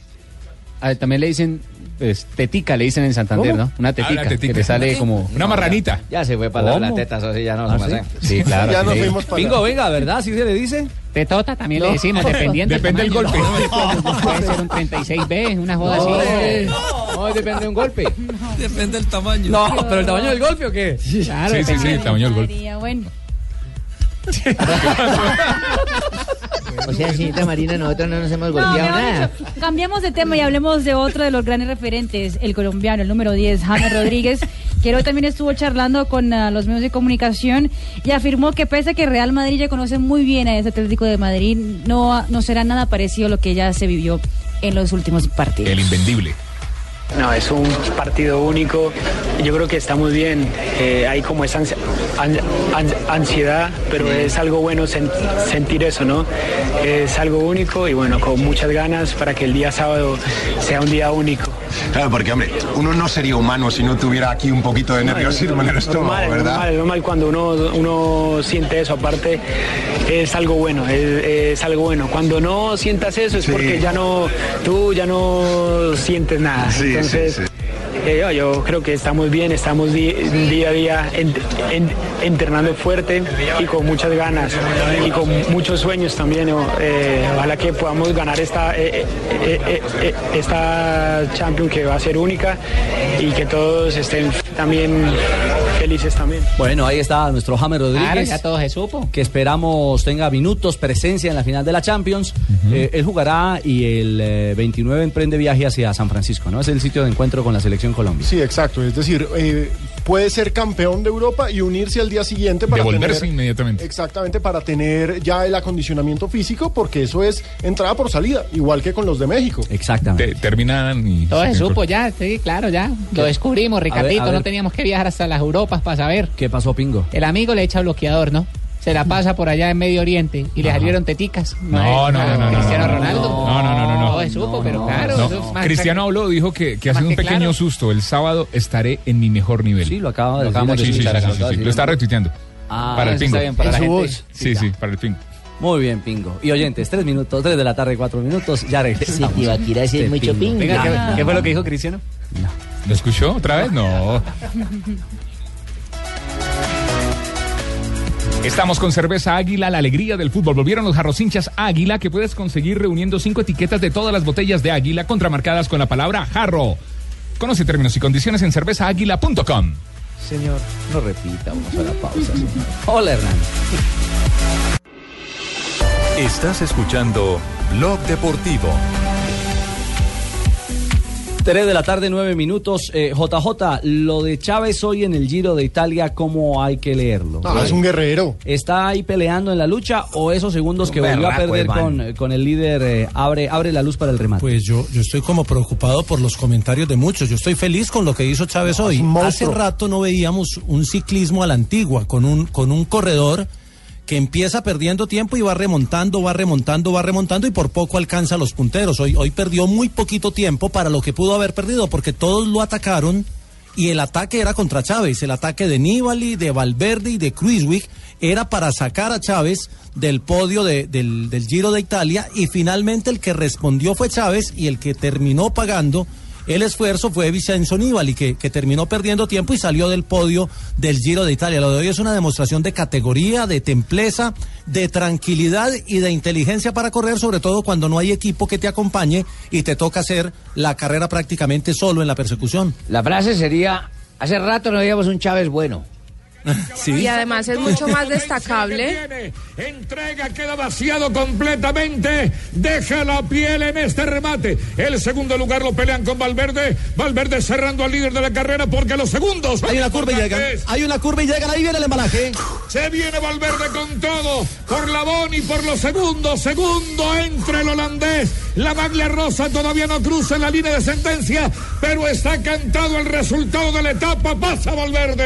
Speaker 18: ah, también le dicen pues, tetica, le dicen en Santander,
Speaker 8: ¿Cómo?
Speaker 18: ¿no? Una
Speaker 8: Ah,
Speaker 18: tetica,
Speaker 8: la tetica.
Speaker 18: que te sale como...
Speaker 8: Una marranita.
Speaker 18: Ya se fue
Speaker 8: para la teta,
Speaker 18: eso ¿Ah, sí, ya no
Speaker 8: se me hace.
Speaker 18: Sí, claro.
Speaker 8: Ya nos
Speaker 18: sí.
Speaker 8: fuimos para-
Speaker 7: Pingo, venga, ¿verdad? ¿Sí se le dice?
Speaker 26: Tetota tota también le
Speaker 7: No.
Speaker 18: *laughs*
Speaker 26: decimos, dependiendo.
Speaker 7: Depende del
Speaker 26: tamaño.
Speaker 7: golpe.
Speaker 26: No, Puede ser un 36B, una joda
Speaker 7: No,
Speaker 26: así.
Speaker 7: eh.
Speaker 26: No, depende de un golpe.
Speaker 7: Depende del tamaño. No, pero el tamaño del golpe o qué?
Speaker 26: Claro,
Speaker 8: sí, sí, sí, el tamaño del golpe.
Speaker 10: Sería bueno.
Speaker 6: O sea, señorita Marina, nosotros no nos hemos
Speaker 10: No,
Speaker 6: golpeado
Speaker 10: mejor
Speaker 6: nada.
Speaker 10: dicho, cambiamos de tema y hablemos de otro de los grandes referentes, el colombiano, el número 10, James Rodríguez, que hoy también estuvo charlando con ah, los medios de comunicación y afirmó que pese a que Real Madrid ya conoce muy bien a ese Atlético de Madrid, no, ah, no será nada parecido a lo que ya se vivió en los últimos partidos.
Speaker 8: El invendible.
Speaker 27: No, es un partido único. Yo creo que estamos bien. Eh, hay como esa ansia- an- an- ansiedad, pero
Speaker 24: Mm.
Speaker 27: es algo bueno sen- sentir eso, ¿no? Es algo único y bueno, con muchas ganas para que el día sábado sea un día único.
Speaker 24: Claro, porque hombre, uno no sería humano si no tuviera aquí un poquito de nerviosismo en el estómago,
Speaker 27: normal,
Speaker 24: ¿verdad?
Speaker 27: normal, normal cuando uno, uno siente eso. Aparte, es algo bueno, es, es algo bueno. Cuando no sientas eso es porque ya no, tú ya no sientes nada.
Speaker 24: Sí, sí,
Speaker 27: Entonces,
Speaker 24: sí.
Speaker 27: Eh, yo- yo creo que estamos bien, estamos di- día a día en- en- entrenando fuerte y con muchas ganas y con muchos sueños también. ¿no? Eh, ojalá que podamos ganar esta, eh, eh, eh, eh, eh, esta Champions que va a ser única y que todos estén también felices también.
Speaker 7: Bueno, ahí está nuestro James Rodríguez.
Speaker 27: Claro, ya
Speaker 7: todo se supo. Que esperamos tenga minutos, presencia en la final de la Champions. Eh, él jugará y el eh, 29 emprende viaje hacia San Francisco, ¿no? Es el sitio de encuentro con la selección Colombia.
Speaker 24: Sí, exacto. Es decir, eh, puede ser campeón de Europa y unirse al día siguiente para
Speaker 8: Devolverse
Speaker 24: tener-
Speaker 8: inmediatamente.
Speaker 24: Exactamente, para tener ya el acondicionamiento físico, porque eso es entrada por salida, igual que con los de México.
Speaker 8: Te- terminan y.
Speaker 28: Todo se supo ya, sí, claro, ya. Lo descubrimos,
Speaker 24: A ver,
Speaker 28: Ricardito.
Speaker 24: a ver.
Speaker 28: No teníamos que viajar hasta las Europas para saber.
Speaker 7: ¿Qué pasó, Pingo?
Speaker 28: El amigo le echa bloqueador, ¿no? Se la pasa por allá en Medio Oriente y le salieron teticas.
Speaker 8: No, no, no, no. Cristiano Ronaldo. No, no, no, no. no.
Speaker 28: Todo se supo, pero claro.
Speaker 8: No,
Speaker 28: eso es más-
Speaker 8: Cristiano habló, dijo que, que ha
Speaker 28: más
Speaker 8: sido un
Speaker 28: que
Speaker 8: pequeño
Speaker 28: claro.
Speaker 8: susto. El sábado estaré en mi mejor nivel. Sí,
Speaker 7: lo acaba
Speaker 8: de
Speaker 7: decir acabamos de
Speaker 8: Sí, sí,
Speaker 7: escuchar
Speaker 8: sí,
Speaker 7: acá.
Speaker 8: sí, sí, sí.
Speaker 7: Sí.
Speaker 8: Lo está retuiteando.
Speaker 7: Ah,
Speaker 8: para el
Speaker 7: eso
Speaker 8: pingo.
Speaker 7: está bien, para la gente.
Speaker 8: Sí, sí, para el pingo.
Speaker 7: Muy bien, Pingo. Y oyentes, tres minutos, tres de la tarde, cuatro minutos, ya regresamos.
Speaker 6: Sí, Tibaquirá es
Speaker 7: Este
Speaker 6: mucho pingo.
Speaker 7: Venga,
Speaker 6: Ah.
Speaker 7: ¿qué, qué fue lo que dijo Cristiano?
Speaker 8: ¿Lo escuchó otra vez? No. Estamos con Cerveza Águila, la alegría del fútbol. Volvieron los jarros hinchas Águila que puedes conseguir reuniendo cinco etiquetas de todas las botellas de Águila contramarcadas con la palabra jarro. Conoce términos y condiciones en cervezaaguila.com.
Speaker 7: Señor, no repita, vamos a la pausa. señor. Hola, Hernán.
Speaker 1: Estás escuchando Blog Deportivo.
Speaker 7: 3 de la tarde, 9 minutos. Eh, JJ, lo de Chávez hoy en el Giro de Italia, ¿cómo hay que leerlo?
Speaker 24: Ah, es un guerrero.
Speaker 7: ¿Está ahí peleando en la lucha o esos segundos que
Speaker 17: Un
Speaker 7: volvió a
Speaker 17: berraco,
Speaker 7: perder
Speaker 17: hermano.
Speaker 7: con, con el líder eh, abre, abre la luz para el remate?
Speaker 17: Pues yo, yo estoy como preocupado por los comentarios de muchos. Yo estoy feliz con lo que hizo Chávez hoy. Hace rato no veíamos un ciclismo a la antigua, con un, con un corredor que empieza perdiendo tiempo y va remontando, va remontando, va remontando y por poco alcanza a los punteros. Hoy, hoy perdió muy poquito tiempo para lo que pudo haber perdido, porque todos lo atacaron y el ataque era contra Chávez. El ataque de Nibali, de Valverde y de Cruiswick era para sacar a Chávez del podio de- del, del Giro de Italia y finalmente el que respondió fue Chávez y el que terminó pagando el esfuerzo fue Vicenzo Nibali, que, que terminó perdiendo tiempo y salió del podio del Giro de Italia. Lo de hoy es una demostración de categoría, de templeza, de tranquilidad y de inteligencia para correr, sobre todo cuando no hay equipo que te acompañe y te toca hacer la carrera prácticamente solo en la persecución.
Speaker 19: La frase sería, hace rato no veíamos un Chávez
Speaker 17: *laughs*
Speaker 19: bueno.
Speaker 29: Y además es mucho más destacable.
Speaker 2: Entrega, queda vaciado completamente. Deja la piel en este remate. El segundo lugar lo pelean con Valverde. Valverde cerrando al líder de la carrera porque los segundos.
Speaker 11: Hay una curva y llegan, hay una curva y llegan, ahí viene el embalaje.
Speaker 2: Se viene Valverde con todo, por la Boni, por los segundos, segundo entre el holandés. La maglia rosa todavía no cruza la línea de sentencia, pero está cantado el resultado de la etapa. Pasa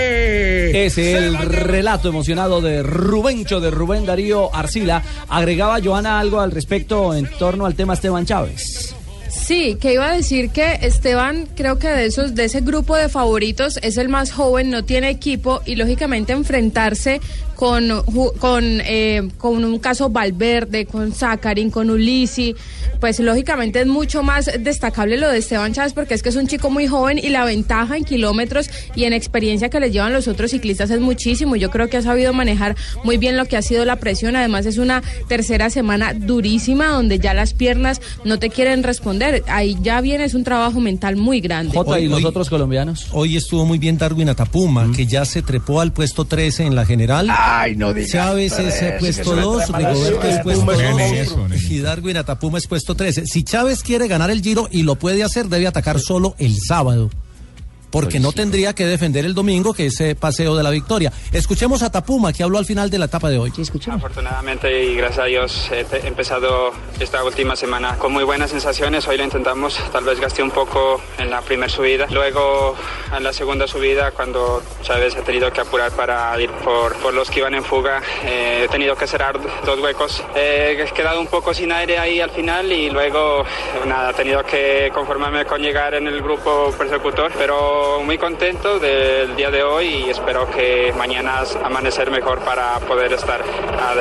Speaker 2: Valverde.
Speaker 7: Es el relato emocionado de Rubencho, de Rubén Darío Arcila. Agregaba Joana algo al respecto en torno al tema Esteban Chávez.
Speaker 29: Sí, que iba a decir que Esteban, creo que de esos, de ese grupo de favoritos, es el más joven, no tiene equipo y lógicamente enfrentarse con, ju- con, eh, con un caso Valverde, con Zacarín, con Ulisi, pues lógicamente es mucho más destacable lo de Esteban Chávez porque es que es un chico muy joven y la ventaja en kilómetros y en experiencia que les llevan los otros ciclistas es muchísimo. Yo creo que ha sabido manejar muy bien lo que ha sido la presión. Además es una tercera semana durísima donde ya las piernas no te quieren responder. Ahí ya viene es un trabajo mental muy grande.
Speaker 7: Jota, ¿y
Speaker 17: Hoy-
Speaker 7: los
Speaker 17: hoy-
Speaker 7: otros colombianos? Mm.
Speaker 17: Hoy estuvo muy bien Darwin Atapuma, que ya se trepó al puesto 13 en la general.
Speaker 29: Ay, no
Speaker 8: digas
Speaker 17: Chávez
Speaker 8: eso,
Speaker 17: es eh,
Speaker 8: que
Speaker 17: puesto
Speaker 8: se le
Speaker 17: 2,
Speaker 8: trepa la
Speaker 17: Rigoberto es
Speaker 8: suerte.
Speaker 17: puesto
Speaker 8: Nene,
Speaker 17: 2 y Darwin Atapuma es puesto 13. Si Chávez quiere ganar el Giro y lo puede hacer, debe atacar solo el sábado. Porque no tendría que defender el domingo, que es eh, paseo de la victoria. Escuchemos a Atapuma, que habló al final de la etapa de hoy.
Speaker 30: Afortunadamente y gracias a Dios he te- he empezado esta última semana con muy buenas sensaciones. Hoy lo intentamos, tal vez gasté un poco en la primera subida. Luego en la segunda subida, cuando Chávez ha tenido que apurar para ir por, por los que iban en fuga, eh, he tenido que cerrar dos huecos. Eh, he quedado un poco sin aire ahí al final y luego nada, he tenido que conformarme con llegar en el grupo persecutor. Pero muy contento del día de hoy y espero que mañana amanecer mejor para poder estar adelante.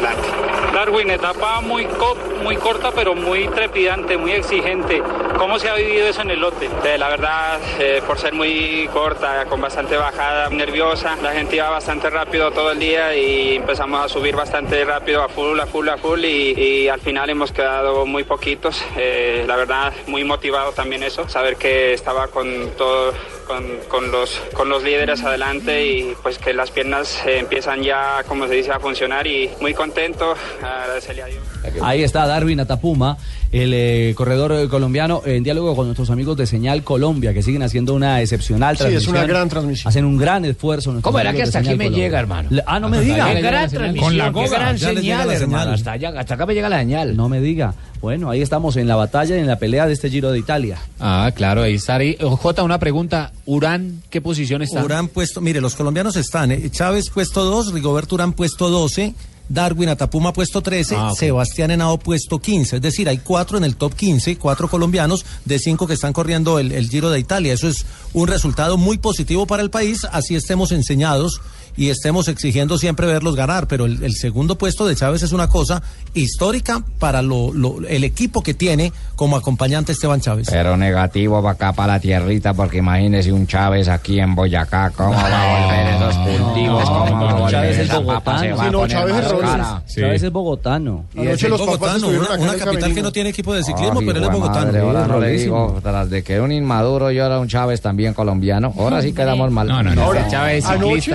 Speaker 31: Darwin, etapa muy, co- muy corta, pero muy trepidante, muy exigente.
Speaker 30: ¿Cómo se ha vivido eso en el lote? Eh, la verdad, eh, por ser muy corta, con bastante bajada, nerviosa, la gente iba bastante rápido todo el día y empezamos a subir bastante rápido a full, a full, a full y, y al final hemos quedado muy poquitos. Eh, la verdad, muy motivado también eso, saber que estaba con todo, con, con los, con los líderes adelante y pues que las piernas eh, empiezan ya, como se dice, a funcionar y muy contento, agradecerle a Dios.
Speaker 7: Ahí está Darwin Atapuma, el eh, corredor eh, colombiano, en diálogo con nuestros amigos de Señal Colombia, que siguen haciendo una excepcional
Speaker 24: Sí, es
Speaker 7: transmisión.
Speaker 24: una gran transmisión.
Speaker 7: Hacen un gran esfuerzo. nuestros
Speaker 19: ¿Cómo era
Speaker 7: amigos
Speaker 19: que
Speaker 7: de
Speaker 19: hasta aquí
Speaker 7: Señal
Speaker 19: me
Speaker 7: Colombia.
Speaker 19: llega, hermano?
Speaker 7: Le- ah, no me
Speaker 19: Hasta
Speaker 7: diga.
Speaker 19: acá Qué llega la gran señal. transmisión, Con la qué goga. gran
Speaker 7: Ya les llega
Speaker 19: señal,
Speaker 7: la
Speaker 19: hermano. Hasta allá- hasta acá me llega la señal.
Speaker 7: No me diga. Bueno, ahí estamos en la batalla y en la pelea de este Giro de Italia.
Speaker 18: Ah, claro, ahí está. ahí. Jota, una pregunta. Urán, ¿qué posición está?
Speaker 17: Urán puesto, mire, los colombianos están, eh, Chávez puesto 2, Rigoberto Urán puesto 12, Darwin Atapuma puesto 13,
Speaker 18: Ah, ok.
Speaker 17: Sebastián Henao puesto 15, es decir, hay cuatro en el top 15, cuatro colombianos de cinco que están corriendo el, el Giro de Italia. Eso es un resultado muy positivo para el país, así estemos enseñados y estemos exigiendo siempre verlos ganar, pero el, el segundo puesto de Chávez es una cosa histórica para lo- lo- el equipo que tiene como acompañante Esteban Chávez.
Speaker 19: Pero negativo para acá, para la tierrita, porque imagínese un Chávez aquí en Boyacá, ¿cómo va a volver esos cultivos? ¿Cómo va a volver
Speaker 7: Chávez es
Speaker 19: esa papa? Se
Speaker 7: bogotano.
Speaker 19: va a poner más cara.
Speaker 7: Chávez es bogotano.
Speaker 19: Y Anoche ese- los papas
Speaker 17: bogotano,
Speaker 19: estuvieron
Speaker 17: una,
Speaker 19: acá en
Speaker 17: una
Speaker 19: el
Speaker 17: capital que
Speaker 19: Camerino.
Speaker 17: no tiene equipo de
Speaker 19: Ah,
Speaker 17: ciclismo, pero él es
Speaker 19: hijo de
Speaker 17: bogotano.
Speaker 19: madre, ahora no le
Speaker 17: Rolísimo.
Speaker 19: digo, tras de que era un inmaduro, yo era un Chávez también colombiano. Ahora sí quedamos mal.
Speaker 24: Ahora, anoche,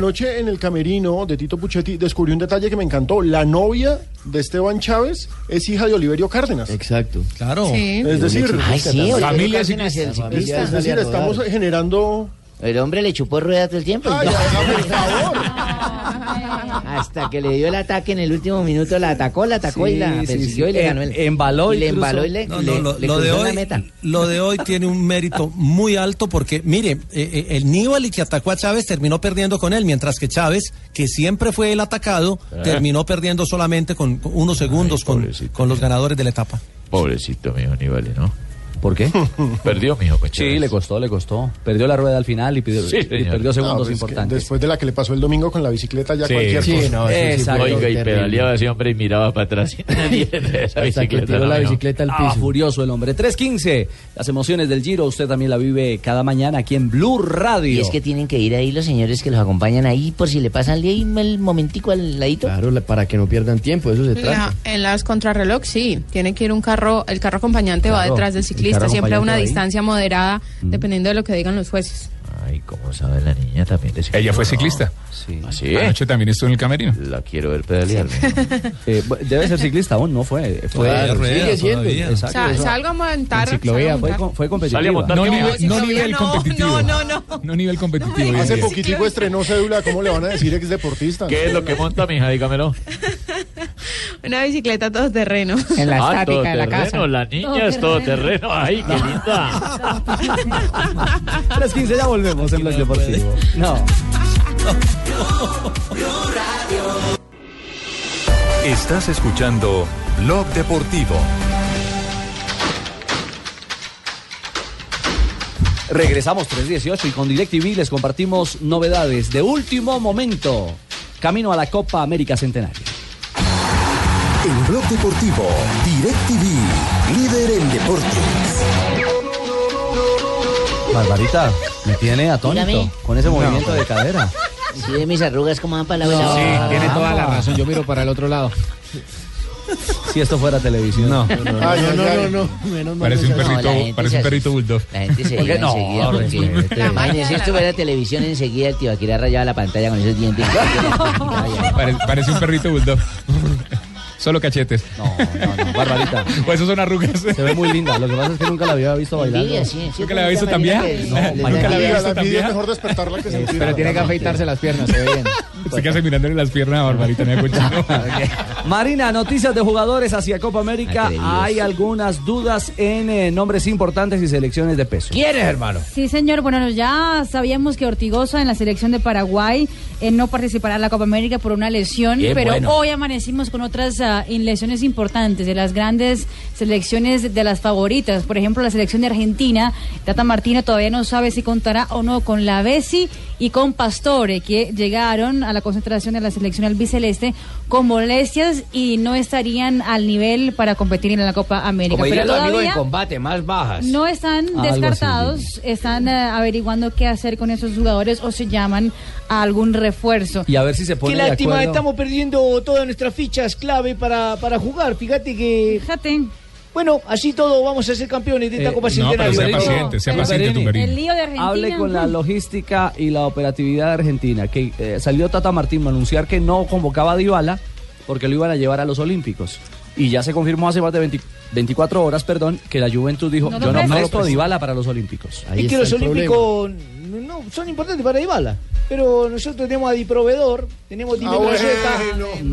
Speaker 24: Anoche en el camerino de Tito Puchetti descubrí un detalle que me encantó. La novia de Esteban Chávez es hija de Oliverio Cárdenas.
Speaker 9: Exacto.
Speaker 17: Claro.
Speaker 9: Sí.
Speaker 24: Es decir,
Speaker 6: Ay, sí, oye,
Speaker 24: familia
Speaker 6: Cárdenas y el ciclista
Speaker 24: Es decir,
Speaker 6: sale a
Speaker 24: estamos
Speaker 6: rodar.
Speaker 24: generando.
Speaker 6: El hombre le chupó ruedas todo el tiempo. *laughs* Hasta que le dio el ataque en el último minuto, la atacó, la atacó y la
Speaker 7: Sí, sí,
Speaker 6: persiguió
Speaker 7: sí.
Speaker 6: y le ganó.
Speaker 7: En- embaló
Speaker 6: y le
Speaker 7: incluso.
Speaker 6: embaló y le,
Speaker 7: No,
Speaker 6: le-
Speaker 7: no,
Speaker 17: lo,
Speaker 6: le
Speaker 17: lo de
Speaker 6: cruzó
Speaker 17: hoy,
Speaker 6: la *laughs* meta.
Speaker 17: lo de hoy tiene un mérito muy alto porque, mire, eh, eh, el Nibali que atacó a Chávez terminó perdiendo con él, mientras que Chávez, que siempre fue el atacado,
Speaker 23: Ah.
Speaker 17: terminó perdiendo solamente con, con unos segundos con, con los ganadores de la etapa.
Speaker 23: Pobrecito mío Nibali, ¿no?
Speaker 7: ¿Por qué?
Speaker 23: *laughs* Perdió, mijo, con
Speaker 7: Sí, le costó, le costó. Perdió la rueda al final y, pidió-
Speaker 23: Sí,
Speaker 7: y
Speaker 23: señor.
Speaker 7: perdió
Speaker 24: No,
Speaker 7: segundos
Speaker 24: pues, que
Speaker 7: importantes.
Speaker 24: después de la que le pasó el domingo con la bicicleta, ya cualquier cosa.
Speaker 23: Oiga, y pedaleaba ese hombre y miraba
Speaker 6: *laughs*
Speaker 23: para atrás. Esa bicicleta, no, mijo.
Speaker 7: al piso. Ah, furioso el hombre. 3.15. Las emociones del Giro, usted también la vive cada mañana aquí en Blue Radio.
Speaker 6: Y es que tienen que ir ahí los señores que los acompañan ahí por si le pasan ahí el momentico al ladito.
Speaker 9: Claro, la- para que no pierdan tiempo, eso se trata.
Speaker 29: La- en las contrarreloj, sí. Tiene que ir un carro, el carro acompañante va
Speaker 9: Claro,
Speaker 29: detrás del
Speaker 9: el
Speaker 23: carro
Speaker 29: ciclista, siempre a
Speaker 23: acompañante
Speaker 29: una
Speaker 23: va ahí.
Speaker 29: distancia moderada,
Speaker 7: Mm.
Speaker 29: dependiendo de lo que digan los jueces.
Speaker 23: Ay, cómo sabe la niña también. de ciclismo,
Speaker 8: Ella fue
Speaker 23: ¿no?
Speaker 8: ciclista.
Speaker 23: Sí.
Speaker 8: Anoche también estuvo en el camerino.
Speaker 23: La quiero ver pedalear.
Speaker 7: Eh, bu- debe ser ciclista aún, no fue. fue
Speaker 23: Claro,
Speaker 7: fue-
Speaker 23: sigue siendo.
Speaker 7: Exacto,
Speaker 29: O sea,
Speaker 7: eso.
Speaker 29: salgo a montar.
Speaker 7: En ciclovía,
Speaker 29: salgo a
Speaker 7: fue,
Speaker 29: montar.
Speaker 7: con- fue competitiva.
Speaker 8: Sale a montar. No,
Speaker 7: No,
Speaker 8: ni-
Speaker 7: no,
Speaker 8: no nivel
Speaker 29: no,
Speaker 8: competitivo.
Speaker 29: no, no, no.
Speaker 8: No nivel competitivo. hoy en
Speaker 24: Hace
Speaker 8: día.
Speaker 24: poquitico estrenó cédula, ¿cómo le van a decir ex deportista?
Speaker 23: ¿Qué es lo que monta, mija? Dígamelo.
Speaker 29: Una bicicleta todoterreno.
Speaker 23: ah, todoterreno, La niña es todoterreno. Ay, qué linda.
Speaker 7: 3.15, ya volvemos en Blog Deportivo. No.
Speaker 1: Estás escuchando Blog Deportivo.
Speaker 7: Regresamos 318 y con DirecTV les compartimos novedades de último momento. Camino a la Copa América Centenario.
Speaker 3: En Blog Deportivo, DirecTV, líder en deportes.
Speaker 7: Barbarita, me tiene atónito
Speaker 6: Dígame.
Speaker 7: con ese
Speaker 6: No.
Speaker 7: movimiento de cadera.
Speaker 6: Sí, de mis arrugas como van para la
Speaker 7: No.
Speaker 6: abuela.
Speaker 7: Sí, pues. tiene toda la razón.
Speaker 18: Yo miro para el otro lado.
Speaker 7: Si esto fuera televisión. No.
Speaker 9: Ah, no, no, no, no, menos mal
Speaker 8: Parece
Speaker 9: no
Speaker 8: un
Speaker 9: se-
Speaker 8: perrito,
Speaker 9: No, la
Speaker 8: parece
Speaker 9: gente se
Speaker 8: un
Speaker 9: hace-
Speaker 8: perrito bulldog.
Speaker 6: La gente se
Speaker 7: ¿Por qué
Speaker 6: iba
Speaker 7: no?
Speaker 6: enseguida porque-
Speaker 7: Respete. La
Speaker 6: Imagínese, si esto fuera televisión, enseguida el Tibaquirá rayaba la pantalla con esos dientes.
Speaker 8: Pare- parece un perrito bulldog. *laughs* Solo cachetes.
Speaker 7: No, no, no,
Speaker 8: *laughs*
Speaker 7: barbarita.
Speaker 8: O eso son arrugas. Se
Speaker 7: ve muy linda. Lo que pasa es que nunca la había visto bailando.
Speaker 6: Envidia, sí, sí,
Speaker 8: ¿Nunca la había visto tan vieja?
Speaker 6: que-
Speaker 8: ¿Nunca la había visto tan
Speaker 24: envidia es
Speaker 8: vieja?
Speaker 24: mejor despertarla que sentirla.
Speaker 18: Pero tiene que afeitarse las piernas,
Speaker 8: *laughs*
Speaker 18: se ve bien.
Speaker 8: Se queda mirándole las piernas a Barbarita, me da
Speaker 7: *laughs*
Speaker 8: cuenta.
Speaker 7: Marina, noticias de jugadores hacia Copa América.
Speaker 8: Atrevidos.
Speaker 7: Hay algunas dudas en eh, nombres importantes y selecciones de peso. Eh,
Speaker 19: ¿Quiénes, hermano?
Speaker 10: Sí, señor. Bueno, ya sabíamos que Ortigosa en la selección de Paraguay eh, no participará en la Copa América por una lesión,
Speaker 15: Bien,
Speaker 10: pero
Speaker 15: bueno.
Speaker 10: hoy amanecimos con otras ah, in- lesiones importantes de las grandes selecciones de las favoritas. Por ejemplo, la selección de Argentina, Tata Martino todavía no sabe si contará o no con la Bessi y con Pastore, que llegaron a la concentración de la selección albiceleste con molestias y no estarían al nivel para competir en la Copa América.
Speaker 19: Como diría
Speaker 10: Pero
Speaker 19: tu amigo de
Speaker 10: todavía
Speaker 19: combate, más bajas.
Speaker 10: no están
Speaker 19: Algo así,
Speaker 10: descartados, están eh, averiguando qué hacer con esos jugadores o se llaman a algún refuerzo.
Speaker 7: Y a ver si se pone
Speaker 22: Qué
Speaker 7: de
Speaker 22: lástima,
Speaker 7: acuerdo.
Speaker 22: estamos perdiendo todas nuestras fichas clave para, para jugar. Fíjate que.
Speaker 10: Fíjate.
Speaker 22: Bueno, así todo vamos a ser campeones de esta
Speaker 7: Eh,
Speaker 22: Copa
Speaker 7: no,
Speaker 22: Centenario.
Speaker 7: pero sea paciente, sea paciente, Tumberini.
Speaker 10: El lío de Argentina.
Speaker 7: Hable con la logística y la operatividad de Argentina, que eh, salió Tata Martín a anunciar que no convocaba a Dybala porque lo iban a llevar a los Olímpicos. Y ya se confirmó hace más de 20 24 horas, perdón, que la Juventus dijo,
Speaker 22: No lo
Speaker 7: yo no
Speaker 22: presto.
Speaker 7: presto a Dybala para los Olímpicos.
Speaker 22: es que los olímpicos no, no, son importantes para Ibala. Pero nosotros tenemos a Diproveedor, tenemos Dimetralleta,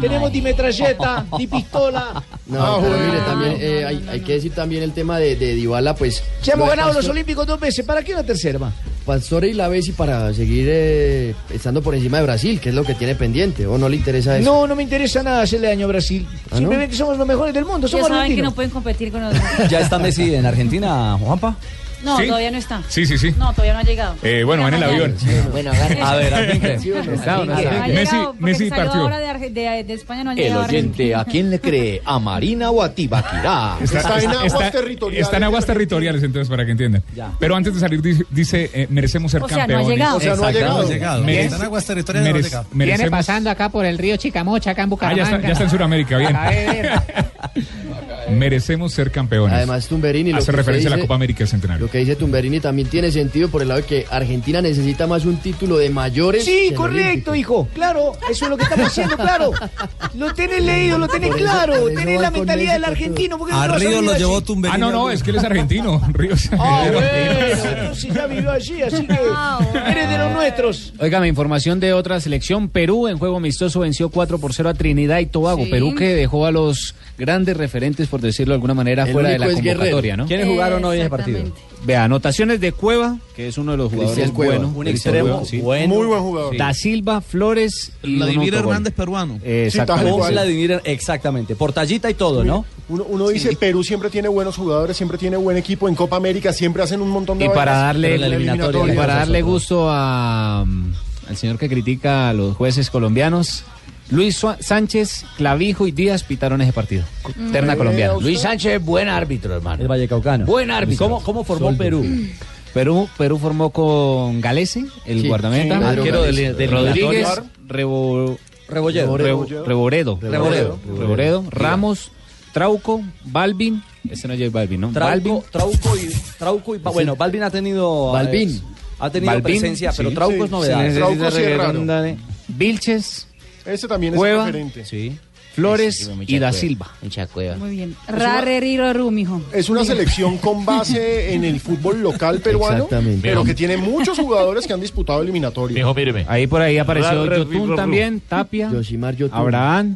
Speaker 22: tenemos Dimetralleta, Dipistola.
Speaker 9: No, pero mire, también eh, hay, hay que decir también el tema de, de Dybala, pues...
Speaker 22: Ya hemos
Speaker 9: lo de
Speaker 22: ganado los
Speaker 9: Pastor-
Speaker 22: olímpicos dos veces, ¿para qué una tercera más?
Speaker 9: Pastore y la Bessi para seguir eh, estando por encima de Brasil, que es lo que tiene pendiente, o no le interesa eso.
Speaker 22: No, no me interesa nada hacerle daño a Brasil.
Speaker 9: ¿Ah, no?
Speaker 22: Simplemente somos los mejores del mundo,
Speaker 10: Ya
Speaker 22: somos
Speaker 10: saben que no
Speaker 22: argentinos.
Speaker 10: pueden competir con los...
Speaker 7: Ya está Messi en Argentina, Juanpa.
Speaker 10: No,
Speaker 8: ¿Sí?
Speaker 10: todavía no está.
Speaker 8: Sí, sí, sí.
Speaker 10: No, todavía no ha llegado.
Speaker 8: Eh, bueno, va en el avión.
Speaker 10: Bueno,
Speaker 22: *laughs*
Speaker 7: A ver, arbitre.
Speaker 10: Está,
Speaker 8: no
Speaker 10: No ha
Speaker 8: Messi,
Speaker 10: llegado, porque
Speaker 8: Messi
Speaker 10: salió
Speaker 8: partió.
Speaker 10: ahora de, Arge- de- de España no ha
Speaker 25: El
Speaker 10: llegado. a
Speaker 25: oyente, ¿a quién le cree? ¿A Marina o a Tibaquirá?
Speaker 8: territoriales. Está en aguas territoriales, entonces, para que entiendan.
Speaker 25: Ya.
Speaker 8: Pero antes de salir, dice, dice, eh, merecemos ser
Speaker 10: O sea, no ha
Speaker 8: campeones.
Speaker 10: llegado. O sea, no ha
Speaker 8: Exacto.
Speaker 17: llegado.
Speaker 8: Merece-
Speaker 17: Está en aguas territoriales, no ha
Speaker 8: merece-
Speaker 17: llegado.
Speaker 8: merecemos-
Speaker 28: Viene pasando acá por el río Chicamocha, acá en
Speaker 8: Ah, ya
Speaker 28: Bucaramanga.
Speaker 8: está, ya está en Sudamérica, bien.
Speaker 28: Acabé de ver.
Speaker 8: merecemos ser campeones.
Speaker 9: Además, Tumberini... lo
Speaker 8: Hace
Speaker 9: que usted
Speaker 8: referencia a la
Speaker 9: dice-
Speaker 8: Copa América del Centenario.
Speaker 9: Lo que dice Tumberini también tiene sentido por el lado de que Argentina necesita más un título de mayores. que
Speaker 22: Sí,
Speaker 9: el
Speaker 22: correcto,
Speaker 9: olímpico.
Speaker 22: hijo. Claro, eso es lo que estamos haciendo, claro. Lo tenés leído, lo tenés
Speaker 9: Por eso-
Speaker 22: claro.
Speaker 9: por eso
Speaker 22: Tenés
Speaker 9: va
Speaker 22: la
Speaker 9: con
Speaker 22: mentalidad del
Speaker 9: México,
Speaker 22: argentino. ¿por qué no
Speaker 17: A
Speaker 22: lo has
Speaker 17: Río
Speaker 22: oído
Speaker 17: lo
Speaker 22: así?
Speaker 17: llevó Tumberini.
Speaker 8: Ah, no, no, es que él es argentino. *laughs* Río es
Speaker 22: Ah,
Speaker 8: argentino.
Speaker 22: bueno, entonces ya vivió allí, así que
Speaker 10: Ah,
Speaker 22: eres de los nuestros.
Speaker 18: Oiga, mi información de otra selección. Perú en juego amistoso venció 4 por 0 a Trinidad y Tobago.
Speaker 28: Sí.
Speaker 18: Perú que dejó a los grandes referentes, por decirlo de alguna manera,
Speaker 9: El
Speaker 18: fuera de la
Speaker 9: único es Guerrero.
Speaker 18: convocatoria, ¿no?
Speaker 7: ¿Quiénes jugaron hoy ese partido?
Speaker 18: Vea, anotaciones de Cueva, que es uno de los jugadores
Speaker 9: Cristian Cueva,
Speaker 18: buenos.
Speaker 9: un
Speaker 18: Cristian
Speaker 9: extremo
Speaker 18: Cueva, sí.
Speaker 7: bueno. Muy buen jugador.
Speaker 18: Da Silva, Flores y
Speaker 11: Vladimir
Speaker 18: un autogol.
Speaker 11: Hernández peruano.
Speaker 18: Exactamente.
Speaker 7: Con Vladimir, exactamente. Por tallita y todo, ¿no?
Speaker 24: Uno, uno dice, Perú siempre tiene buenos jugadores, siempre tiene buen equipo en Copa América, siempre hacen un montón de
Speaker 18: Y para
Speaker 24: vainas, pero
Speaker 18: darle,
Speaker 24: en la
Speaker 18: y para
Speaker 24: eliminatoria-
Speaker 18: darle gusto a, mm, al señor que critica a los jueces colombianos, Luis Sua- Sánchez, Clavijo y Díaz pitaron ese partido. Terna colombiana.
Speaker 19: Luis Sánchez, buen árbitro, hermano.
Speaker 7: El Vallecaucano.
Speaker 19: Buen árbitro.
Speaker 7: ¿Cómo, cómo formó Perú?
Speaker 18: Perú, Perú formó con Galese, el
Speaker 19: Sí,
Speaker 18: guardameta.
Speaker 19: sí, Pedro
Speaker 18: arquero del-
Speaker 19: Galese.
Speaker 18: del Rodríguez, Rebo-
Speaker 7: Rebolledo.
Speaker 18: Rebo- Reboredo.
Speaker 7: Reboredo.
Speaker 18: Reboredo, Ramos, Trauco, Balvin. Ese no es J Balvin, ¿no? Balvin.
Speaker 7: Trauco, Trauco y Trauco y bueno, Balvin ha tenido
Speaker 18: Balvin.
Speaker 7: eh, ha tenido
Speaker 18: Balvin,
Speaker 7: presencia, pero
Speaker 18: sí.
Speaker 7: Trauco es
Speaker 18: Sí,
Speaker 7: novedad.
Speaker 18: se necesita
Speaker 7: Trauco sí es raro.
Speaker 18: redonda de- Vilches,
Speaker 24: Ese también
Speaker 18: Cueva,
Speaker 24: es diferente.
Speaker 18: Sí. Flores y Da Silva.
Speaker 10: Muy bien. Rareriro Rumijo.
Speaker 24: Es una selección con
Speaker 10: *laughs*
Speaker 24: base en el fútbol local peruano,
Speaker 9: Exactamente.
Speaker 24: pero que tiene muchos jugadores que han disputado eliminatorias.
Speaker 18: Ahí por ahí apareció
Speaker 9: Rarre,
Speaker 18: Yotun
Speaker 9: Rarre.
Speaker 18: también, Tapia,
Speaker 9: Yoshimar Yotun.
Speaker 18: Abraham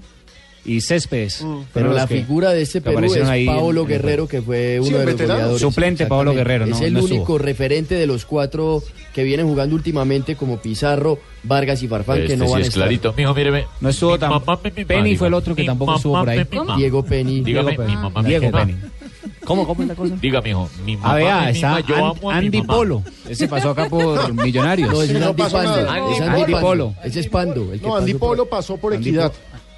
Speaker 18: y Céspedes.
Speaker 9: Pero la figura de este Perú es Paolo Guerrero, que fue uno de los goleadores.
Speaker 18: Suplente Paolo
Speaker 9: Exactamente.
Speaker 18: Guerrero, ¿no?
Speaker 9: Es el
Speaker 18: no estuvo.
Speaker 9: único referente de los cuatro que vienen jugando últimamente como Pizarro, Vargas y Farfán, que
Speaker 23: Este
Speaker 9: no
Speaker 23: sí
Speaker 9: van a
Speaker 23: es
Speaker 9: estar.
Speaker 23: clarito. Mijo, míreme.
Speaker 18: No estuvo tan... Penny fue el otro que tampoco estuvo por ahí.
Speaker 9: Diego Penny.
Speaker 23: Dígame,
Speaker 18: Diego
Speaker 23: mi
Speaker 18: Penny.
Speaker 23: mamá me
Speaker 18: Diego
Speaker 23: mima.
Speaker 18: Penny. ¿Cómo, cómo es la cosa?
Speaker 23: Dígame, hijo. Mi
Speaker 18: A
Speaker 23: mamá
Speaker 18: ver,
Speaker 23: me
Speaker 18: ah, está
Speaker 23: mima, yo
Speaker 18: An-
Speaker 23: amo a mi
Speaker 18: Andy
Speaker 23: mamá.
Speaker 18: Polo. Ese pasó acá
Speaker 7: *laughs*
Speaker 18: por Millonarios.
Speaker 9: No, es un Andy Pando.
Speaker 24: Andy
Speaker 9: Es Andy
Speaker 24: Polo.
Speaker 9: Pando. Ese es Pando. el que
Speaker 24: No, Andy
Speaker 9: pasó por-
Speaker 24: Polo pasó por equidad.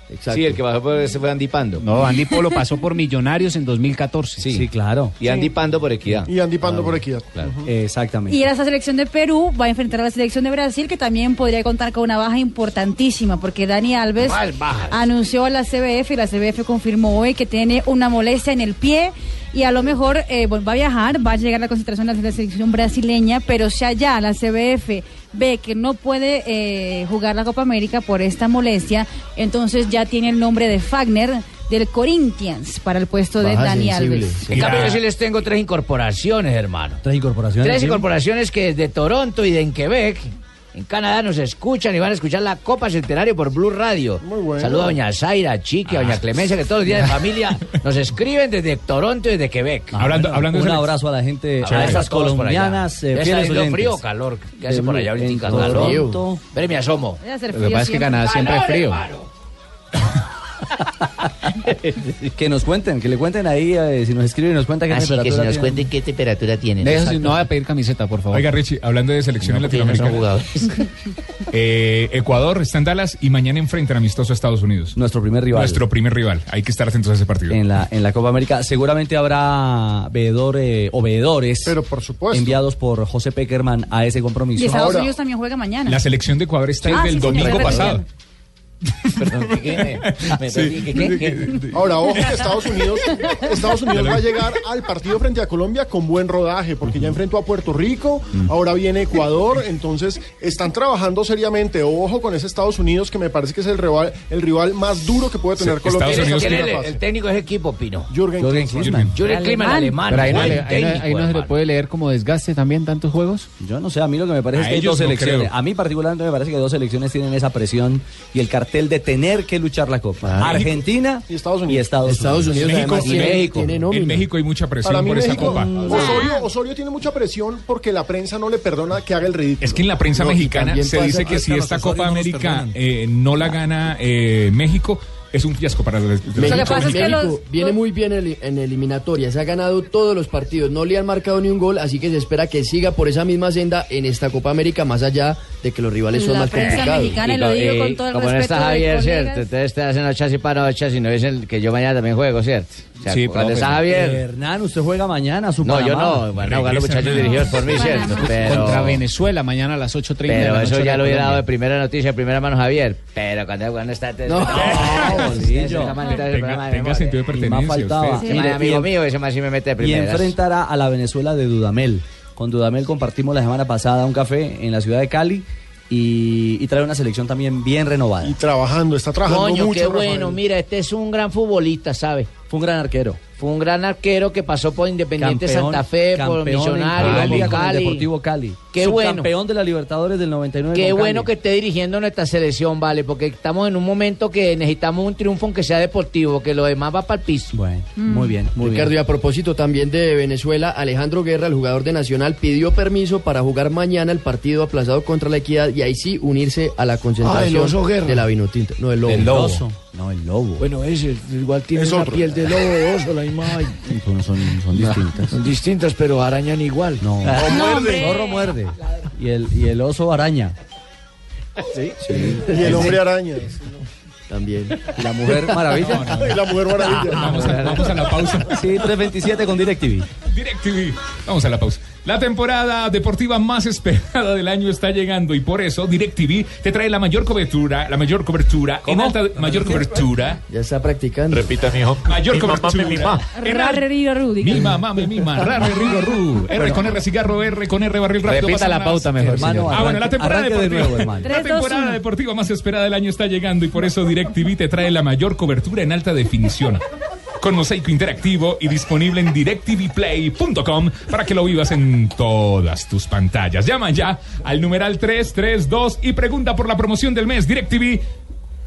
Speaker 9: Exacto.
Speaker 19: Sí, el que bajó por ese fue Andy Pando.
Speaker 18: No,
Speaker 10: *laughs*
Speaker 18: Andy Polo pasó por Millonarios en 2014. Sí,
Speaker 7: claro.
Speaker 19: Y Andy Pando por equidad.
Speaker 24: Y Andy Pando por equidad.
Speaker 7: Exactamente.
Speaker 10: Y esa selección de Perú va a enfrentar a la selección de Brasil, que también podría contar con una baja importantísima, porque Dani Alves
Speaker 19: ¿Cuál baja?
Speaker 10: anunció a la CBF y la CBF confirmó hoy que tiene una molestia en el pie y a lo mejor eh, bueno, va a viajar, va a llegar a la concentración de la selección brasileña, pero si allá la CBF ve que no puede eh, jugar la Copa América por esta molestia, entonces ya tiene el nombre de Fagner del Corinthians para el puesto de
Speaker 19: Baja
Speaker 10: Dani
Speaker 19: sensible,
Speaker 10: Alves.
Speaker 19: En cambio, yo sí les tengo tres incorporaciones, hermano.
Speaker 7: Tres incorporaciones.
Speaker 19: Tres
Speaker 7: ¿sí?
Speaker 19: incorporaciones que desde Toronto y de en Quebec, en Canadá, nos escuchan y van a escuchar la Copa Centenario por Blue Radio. Saludos a doña Zaira, Chiqui, a
Speaker 7: Ah.
Speaker 19: doña Clemencia, que todos los días de familia nos escriben desde Toronto y de Quebec.
Speaker 8: *laughs* Hablando, hablando
Speaker 7: Un
Speaker 8: de selección-
Speaker 7: abrazo a la gente,
Speaker 19: Habrá
Speaker 7: a esas
Speaker 19: esas cosas por allá.
Speaker 7: colombianas, eh,
Speaker 19: Ya está
Speaker 7: fieles
Speaker 19: haciendo
Speaker 7: oyentes.
Speaker 19: frío o calor? ¿Qué hace
Speaker 7: De
Speaker 19: por allá
Speaker 7: Blue-
Speaker 19: ahorita?
Speaker 7: en
Speaker 19: Calor.
Speaker 7: Toronto.
Speaker 19: Espere, me asomo.
Speaker 10: Debe hacer
Speaker 18: Lo que pasa es que
Speaker 10: frío
Speaker 18: Canadá siempre es
Speaker 19: Calor,
Speaker 18: frío.
Speaker 19: hermano.
Speaker 7: *laughs* que nos cuenten, que le cuenten ahí, eh, si nos escriben, nos cuentan qué
Speaker 32: Así
Speaker 7: temperatura
Speaker 32: que si nos
Speaker 7: tienen.
Speaker 32: cuenten qué temperatura tienen.
Speaker 7: De eso sí,
Speaker 32: exacto.
Speaker 7: no voy a
Speaker 18: pedir camiseta, por favor.
Speaker 8: Oiga, Richie, hablando de selecciones
Speaker 32: No, porque ellos no son
Speaker 8: latinoamericanas. *laughs* Eh, Ecuador está en Dallas y mañana enfrentan amistoso a Estados Unidos.
Speaker 7: Nuestro primer rival.
Speaker 8: Nuestro primer rival. Hay que estar atentos a ese partido.
Speaker 7: En la, en la Copa América seguramente habrá veedor, eh, o veedores enviados por José Peckerman a ese compromiso.
Speaker 10: Y Estados Unidos también juega mañana.
Speaker 8: La selección de Ecuador está
Speaker 10: Ah,
Speaker 8: desde
Speaker 10: sí,
Speaker 8: el
Speaker 10: señor,
Speaker 8: domingo
Speaker 10: perdón.
Speaker 8: pasado.
Speaker 24: *laughs* Ahora, ojo que Estados Unidos, Estados Unidos
Speaker 8: Ya lo
Speaker 24: va a
Speaker 8: vi.
Speaker 24: llegar al partido frente a Colombia con buen rodaje, porque ya enfrentó a Puerto Rico, ahora viene Ecuador, entonces están trabajando seriamente. Ojo con ese Estados Unidos que me parece que es el rival, el rival más duro que puede tener Colombia.
Speaker 6: ¿Quién
Speaker 24: en
Speaker 6: es-
Speaker 24: esta
Speaker 6: quién es
Speaker 24: primera
Speaker 6: el,
Speaker 24: fase.
Speaker 6: el técnico de ese equipo, Pino?
Speaker 24: Jürgen
Speaker 6: Jürgen
Speaker 24: Klinsmann.
Speaker 6: Klinsman. Jürgen Klinsman, alemán.
Speaker 18: Pero ahí no,
Speaker 6: buen
Speaker 18: le- ahí no-
Speaker 6: técnico,
Speaker 18: ahí no se le
Speaker 6: hermano.
Speaker 18: puede leer como desgaste también tantos juegos.
Speaker 7: Yo no sé, a mí lo que me
Speaker 18: A
Speaker 7: parece es que hay
Speaker 18: ellos no
Speaker 7: dos selecciones.
Speaker 18: creo.
Speaker 7: A mí particularmente me parece que dos selecciones tienen esa presión y el cartel de tener que luchar la Copa. Argentina y Estados Unidos. Y Estados,
Speaker 8: México,
Speaker 7: y México.
Speaker 8: en México hay mucha presión
Speaker 24: Para mí
Speaker 8: por esa
Speaker 24: México,
Speaker 8: copa.
Speaker 24: Osorio, Osorio tiene mucha presión porque la prensa no le perdona que haga el ridículo.
Speaker 8: Es que en la prensa mexicana se dice que si esta Copa América eh, no la gana eh, México, es un fiasco para la
Speaker 9: México, México viene muy bien el- en eliminatorias, ha ganado todos los partidos, no le han marcado ni un gol, así que se espera que siga por esa misma senda en esta Copa América, más allá de que los rivales son
Speaker 10: La
Speaker 9: más
Speaker 10: prensa
Speaker 9: complicados.
Speaker 10: mexicana, y lo digo con todo el
Speaker 6: eh, como no
Speaker 10: respeto
Speaker 6: está
Speaker 10: de
Speaker 6: Javier,
Speaker 10: colegas.
Speaker 6: ¿cierto? Entonces te hacen ocho y para ocho y no dicen que yo mañana también juego, ¿cierto? O sea,
Speaker 7: Sí,
Speaker 6: cuando
Speaker 7: profe.
Speaker 6: está Javier...
Speaker 7: Hernán, usted juega mañana, su
Speaker 6: No, yo
Speaker 7: Panamá.
Speaker 6: no. Van a jugar los muchachos dirigidos por mí, ¿cierto? Pero,
Speaker 18: Pues Contra Venezuela mañana a las 8.30 de
Speaker 6: pero
Speaker 18: la noche.
Speaker 6: eso ya
Speaker 18: en
Speaker 6: lo hubiera dado
Speaker 18: Colombia.
Speaker 6: de primera noticia, de primera mano Javier. Pero cuando cuando está... No, *laughs*
Speaker 8: Tenga sentido de pertenencia.
Speaker 7: faltaba.
Speaker 8: usted.
Speaker 7: Y de-
Speaker 6: amigo
Speaker 7: y-
Speaker 6: mío, ese más sí me mete de
Speaker 7: y
Speaker 6: primeras.
Speaker 7: enfrentará a la Venezuela de Dudamel. Con Dudamel compartimos la semana pasada un café en la ciudad de Cali y, y trae una selección también bien renovada. Y
Speaker 24: trabajando, está
Speaker 6: Coño, qué bueno. Mira, este es un gran futbolista, ¿sabe?
Speaker 7: Fue un gran arquero.
Speaker 6: Fue un gran arquero que pasó por Independiente
Speaker 7: Campeón-
Speaker 6: Santa Fe, por
Speaker 7: campeón en
Speaker 6: Millonarios,
Speaker 7: Colombia
Speaker 6: por
Speaker 7: con el
Speaker 6: Cali.
Speaker 7: Deportivo Cali.
Speaker 6: Qué bueno.
Speaker 7: Campeón de la Libertadores del 99.
Speaker 6: Qué
Speaker 7: con Cali.
Speaker 6: bueno que esté dirigiendo nuestra selección, vale, porque estamos en un momento que necesitamos un triunfo aunque sea deportivo, que lo demás va para el piso.
Speaker 7: Bueno, muy bien, muy
Speaker 6: bien.
Speaker 9: Ricardo, y a propósito también de Venezuela, Alejandro Guerra, el jugador de Nacional, pidió permiso para jugar mañana el partido aplazado contra la Equidad y ahí sí unirse a la concentración
Speaker 17: Oso Guerra.
Speaker 9: de la Vinotinto. No, el lobo.
Speaker 7: El Lobo. No, el lobo.
Speaker 17: Bueno, ese igual tiene
Speaker 9: Es
Speaker 17: una
Speaker 9: otro.
Speaker 17: piel de lobo de oso, la misma
Speaker 6: *laughs*
Speaker 17: vaina.
Speaker 7: Son, son distintas.
Speaker 17: Son
Speaker 7: Pues,
Speaker 17: distintas, pero arañan igual.
Speaker 7: No.
Speaker 17: No, hombre.
Speaker 7: El zorro muerde. Y el, y el oso araña.
Speaker 24: Y el hombre araña.
Speaker 9: También.
Speaker 7: La mujer maravilla.
Speaker 24: *laughs* Y la mujer maravilla.
Speaker 8: Vamos a, vamos a la pausa.
Speaker 7: Sí, 327 con DirecTV.
Speaker 8: DirecTV. Vamos a la pausa. La temporada deportiva más esperada del año está llegando y por eso DirecTV te trae la mayor cobertura, la mayor cobertura, en alta mayor cobertura.
Speaker 9: Ya está practicando.
Speaker 8: Repita, mijo. Mayor
Speaker 9: Mi mamá me
Speaker 8: cobertura.
Speaker 9: mima.
Speaker 8: en alta-
Speaker 10: Rarrerío Rudy.
Speaker 8: Mi mamá me mima, rarre, rigo, ru. R
Speaker 18: Bueno.
Speaker 8: con R cigarro, R con R barril rápido.
Speaker 18: Repita
Speaker 8: pasa
Speaker 18: la
Speaker 8: más.
Speaker 18: pauta mejor, Hermano, señor.
Speaker 8: ah, bueno, la
Speaker 18: arranque-
Speaker 8: temporada
Speaker 18: arranque de
Speaker 8: deportiva.
Speaker 18: nuevo, hermano.
Speaker 8: La
Speaker 18: Tres, dos,
Speaker 8: temporada
Speaker 18: uno.
Speaker 8: deportiva más esperada del año está llegando y por eso DirecTV te trae la mayor cobertura en alta definición. Con mosaico interactivo y disponible en directvplay.com para que lo vivas en todas tus pantallas. Llama ya al numeral 332 y pregunta por la promoción del mes. DirecTV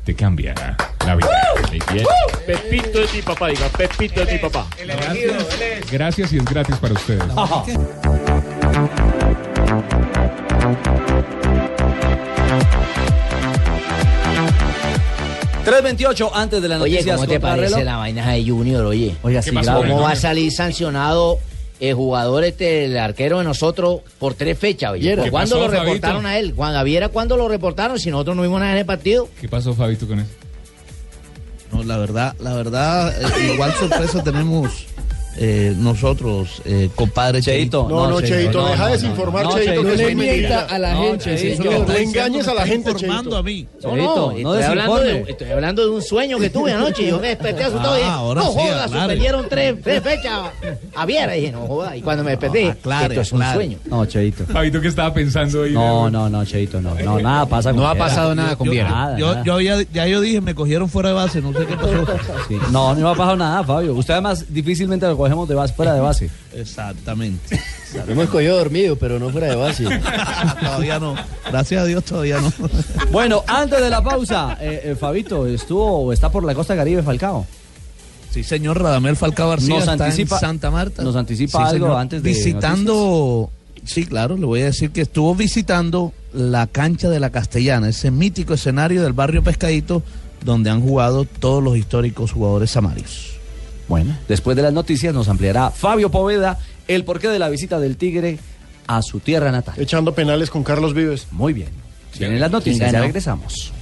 Speaker 8: te cambia la vida. Muy bien.
Speaker 2: Pepito es mi papá, diga, Pepito es mi papá.
Speaker 8: Gracias y es gratis para ustedes.
Speaker 7: Ajá. 328 antes de la
Speaker 6: Oye,
Speaker 7: noticia.
Speaker 6: ¿cómo te parece la vaina de Junior, oye?
Speaker 7: Oiga, sí, grave.
Speaker 6: ¿Cómo va a salir sancionado el jugador, este, el arquero de nosotros, por tres fechas, oye?
Speaker 8: Viera.
Speaker 6: ¿Por
Speaker 8: ¿Qué
Speaker 6: ¿Cuándo
Speaker 8: pasó,
Speaker 6: lo reportaron
Speaker 8: Fabito?
Speaker 6: a él? Juan Gaviera, ¿cuándo lo reportaron? Si nosotros no vimos nada en el partido.
Speaker 8: ¿Qué pasó, Fabito, con eso?
Speaker 11: No, la verdad, la verdad, eh, igual sorpresa tenemos eh, nosotros, eh, compadre Cheito.
Speaker 24: No, no, Cheito, deja de desinformar, Cheito, que eso es mentira. No, Cheito, no engañes a la gente, Cheito.
Speaker 6: No, no, estoy, hablando de, estoy hablando de un sueño que tuve anoche. Yo me desperté asustado y dije,
Speaker 11: Ah, ahora
Speaker 6: no
Speaker 11: sí,
Speaker 6: jodas,
Speaker 11: aclare.
Speaker 6: suspendieron tres, tres fechas a Viera. Y dije, no jodas. Y cuando me desperté, esto es un sueño.
Speaker 7: No, Cheito.
Speaker 8: Fabito, ¿qué estaba pensando ahí?
Speaker 7: No, no, no, Cheito, no. No, nada pasa con Viera.
Speaker 11: Eh, Yo-
Speaker 7: Viera. Nada,
Speaker 11: Yo,
Speaker 7: nada.
Speaker 11: yo había, ya yo dije, me cogieron fuera de base, no sé qué pasó.
Speaker 7: Sí. No, no me ha pasado nada, Fabio. Usted además difícilmente lo cogemos de base, fuera de base.
Speaker 11: Exactamente.
Speaker 9: Lo hemos cogido dormido, pero no fuera de base.
Speaker 11: *laughs* todavía no. Gracias a Dios, todavía no.
Speaker 7: Bueno, antes de la pausa, eh, eh, Fabito, ¿estuvo o está por la costa Caribe Falcao?
Speaker 11: Sí, señor Radamel Falcao García
Speaker 7: Nos
Speaker 11: está en
Speaker 7: anticipa-
Speaker 11: Santa Marta.
Speaker 7: nos anticipa algo antes de
Speaker 11: Visitando, sí, claro, le voy a decir que estuvo visitando la cancha de la Castellana, ese mítico escenario del barrio Pescadito, donde han jugado todos los históricos jugadores samarios.
Speaker 7: Bueno. Después de las noticias nos ampliará Fabio Poveda el porqué de la visita del Tigre a su tierra natal.
Speaker 24: Echando penales con Carlos Vives.
Speaker 7: Muy bien. Tienen las noticias, ya
Speaker 24: ganó?
Speaker 7: regresamos.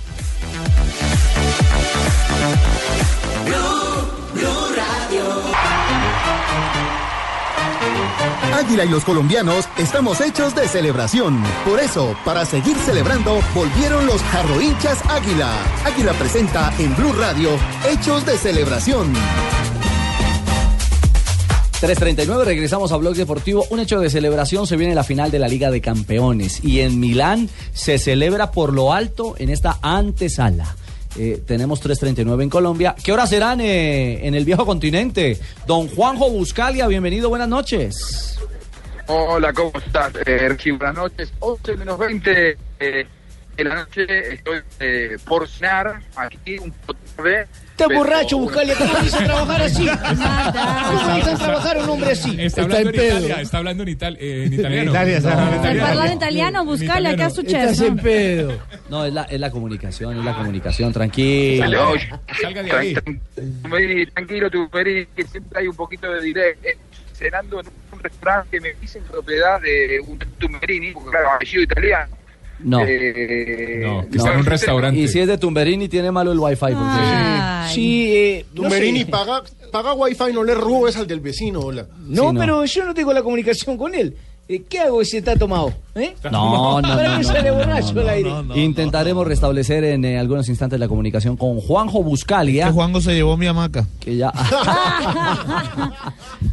Speaker 3: Águila y los colombianos estamos hechos de celebración. Por eso, para seguir celebrando, volvieron los jarrohinchas Águila. Águila presenta en Blue Radio Hechos de Celebración.
Speaker 7: 3.39, regresamos a Blog Deportivo. Un hecho de celebración, se viene la final de la Liga de Campeones y en Milán se celebra por lo alto en esta antesala. Eh, tenemos 3.39 en Colombia. ¿Qué horas serán eh, en el viejo continente? Don Juanjo Buscalia, bienvenido, buenas noches.
Speaker 15: Hola, ¿cómo estás, eh, Ricky? Buenas noches. 11 menos 20 eh, de la noche. Estoy eh, por cenar aquí un poco tarde.
Speaker 22: Este
Speaker 15: pero-
Speaker 22: borracho, buscarle cómo hizo trabajar así.
Speaker 10: Ah,
Speaker 22: ¿Cómo hizo trabajar un hombre así?
Speaker 8: Está hablando en Italia, está hablando en, ital- eh, en italiano.
Speaker 22: Italia, está hablando en
Speaker 10: Al hablar en italiano, buscale acá a su chef. ¿no?
Speaker 7: pedo. No, es la, es la comunicación, es la comunicación,
Speaker 8: Eh,
Speaker 7: tranquilo.
Speaker 15: Salud. Tran- tran- muy tranquilo, tu Peri, que siempre hay un poquito de delay. Eh, Cenando en un restaurante que me hice en propiedad de un tumerini, porque claro, apellido italiano.
Speaker 7: No.
Speaker 15: Eh,
Speaker 7: No. Y si es de Tumberini, tiene malo el wifi. Porque...
Speaker 24: Ah.
Speaker 22: Sí, eh, no
Speaker 24: Tumberini
Speaker 22: sé.
Speaker 24: paga, paga wifi, no le robes al del vecino, hola.
Speaker 22: No, pero yo no tengo la comunicación con él. Eh, ¿Qué hago si está tomado? ¿Eh?
Speaker 7: No, no, no,
Speaker 22: Ahora
Speaker 7: no,
Speaker 22: me
Speaker 7: no,
Speaker 22: sale
Speaker 7: no,
Speaker 22: borracho
Speaker 7: no,
Speaker 22: al aire.
Speaker 7: Intentaremos restablecer en eh, algunos instantes la comunicación con Juanjo Buscalia.
Speaker 11: Juanjo se llevó mi hamaca.
Speaker 7: Que ya, *laughs*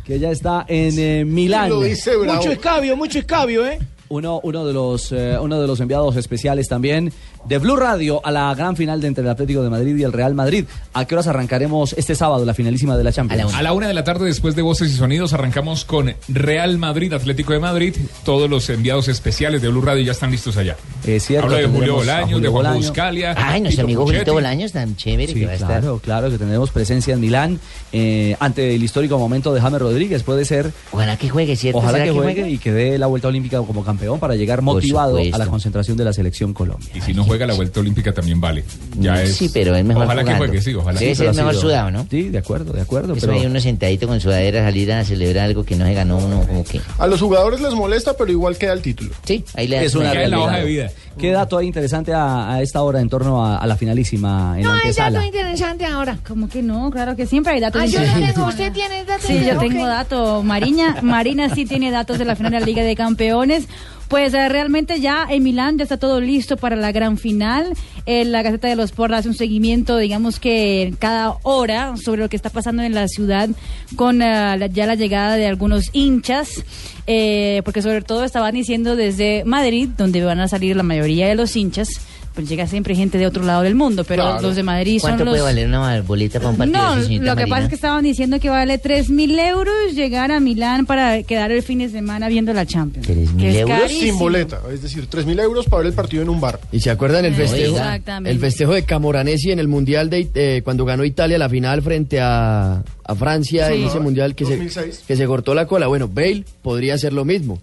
Speaker 7: que ya está en eh, Milán.
Speaker 22: Mucho escabio, mucho escabio, ¿eh?
Speaker 7: Uno, uno, de los, eh, uno de los enviados especiales también de Blue Radio a la gran final de entre el Atlético de Madrid y el Real Madrid. ¿A qué horas arrancaremos este sábado la finalísima de la Champions?
Speaker 8: A la una de la tarde, después de Voces y Sonidos, arrancamos con Real Madrid, Atlético de Madrid. Todos los enviados especiales de Blue Radio ya están listos allá.
Speaker 7: Es cierto,
Speaker 8: Hablo de Julio
Speaker 7: tendremos a
Speaker 8: Bolaños, de
Speaker 7: Julio
Speaker 8: Juan
Speaker 7: Bolaño.
Speaker 8: Buscalia.
Speaker 6: Ay, nuestro
Speaker 8: Tito
Speaker 6: amigo
Speaker 8: Puchetti.
Speaker 6: Julito Bolaños, tan chévere
Speaker 7: Sí,
Speaker 6: que va a estar.
Speaker 7: claro, claro que tendremos presencia en Milán eh, ante el histórico momento de James Rodríguez. Puede ser.
Speaker 6: Ojalá que juegue, ¿cierto?
Speaker 7: Ojalá
Speaker 6: ¿Será
Speaker 7: que,
Speaker 6: que
Speaker 7: juegue,
Speaker 6: juega?
Speaker 7: y que dé la vuelta olímpica como campeón para llegar motivado a la
Speaker 8: supuesto.
Speaker 7: concentración de la selección Colombia.
Speaker 8: Y si no juega la Vuelta Olímpica también vale. Ya es...
Speaker 6: Sí, pero es mejor
Speaker 8: Ojalá
Speaker 6: jugando.
Speaker 8: que juegue, sí, ojalá.
Speaker 6: Debe ser mejor sudado, ¿no?
Speaker 7: Sí, de acuerdo, de acuerdo.
Speaker 6: Eso
Speaker 7: pero-
Speaker 6: hay uno sentadito con sudadera salir a celebrar algo que no se ganó uno, como que...
Speaker 24: A los jugadores les molesta, pero igual queda el título.
Speaker 6: Sí, ahí le
Speaker 7: Es una realidad. ¿Qué dato hay interesante a, a esta hora en torno a, a la finalísima en la
Speaker 20: No hay dato
Speaker 7: antesala?
Speaker 20: interesante ahora.
Speaker 10: Como que no, claro que siempre hay datos.
Speaker 20: Ah, yo no
Speaker 10: interesantes.
Speaker 20: tengo, usted tiene datos.
Speaker 10: Sí, yo tengo
Speaker 20: datos.
Speaker 10: datos. Mariña, Marina sí tiene datos de la final de la Liga de Campeones. Pues eh, realmente ya en Milán ya está todo listo para la gran final. Eh, la Gaceta de los Sport hace un seguimiento, digamos que cada hora, sobre lo que está pasando en la ciudad con ah, la- ya la llegada de algunos hinchas. eh, porque sobre todo estaban diciendo desde Madrid, donde van a salir la mayoría de los hinchas. Pues llega siempre gente de otro lado del mundo, pero los de Madrid son
Speaker 6: ¿Cuánto
Speaker 10: los...
Speaker 6: puede valer una bolita para un partido
Speaker 10: No,
Speaker 6: así, señorita
Speaker 10: lo que pasa
Speaker 6: Marina?
Speaker 10: es que estaban diciendo que vale 3 mil euros llegar a Milán para quedar el fin de semana viendo la Champions. Que es carísimo.
Speaker 24: sin boleta, es decir, 3 mil euros para ver el partido en un bar.
Speaker 9: ¿Y se acuerdan el
Speaker 24: No,
Speaker 9: festejo?
Speaker 10: exactamente.
Speaker 9: El festejo de Camoranesi en el Mundial de It- eh, cuando ganó Italia la final frente a, a Francia
Speaker 24: Sí.
Speaker 9: en ese Mundial que se,
Speaker 24: 2006.
Speaker 9: que se cortó la cola. Bueno, Bale podría hacer lo mismo.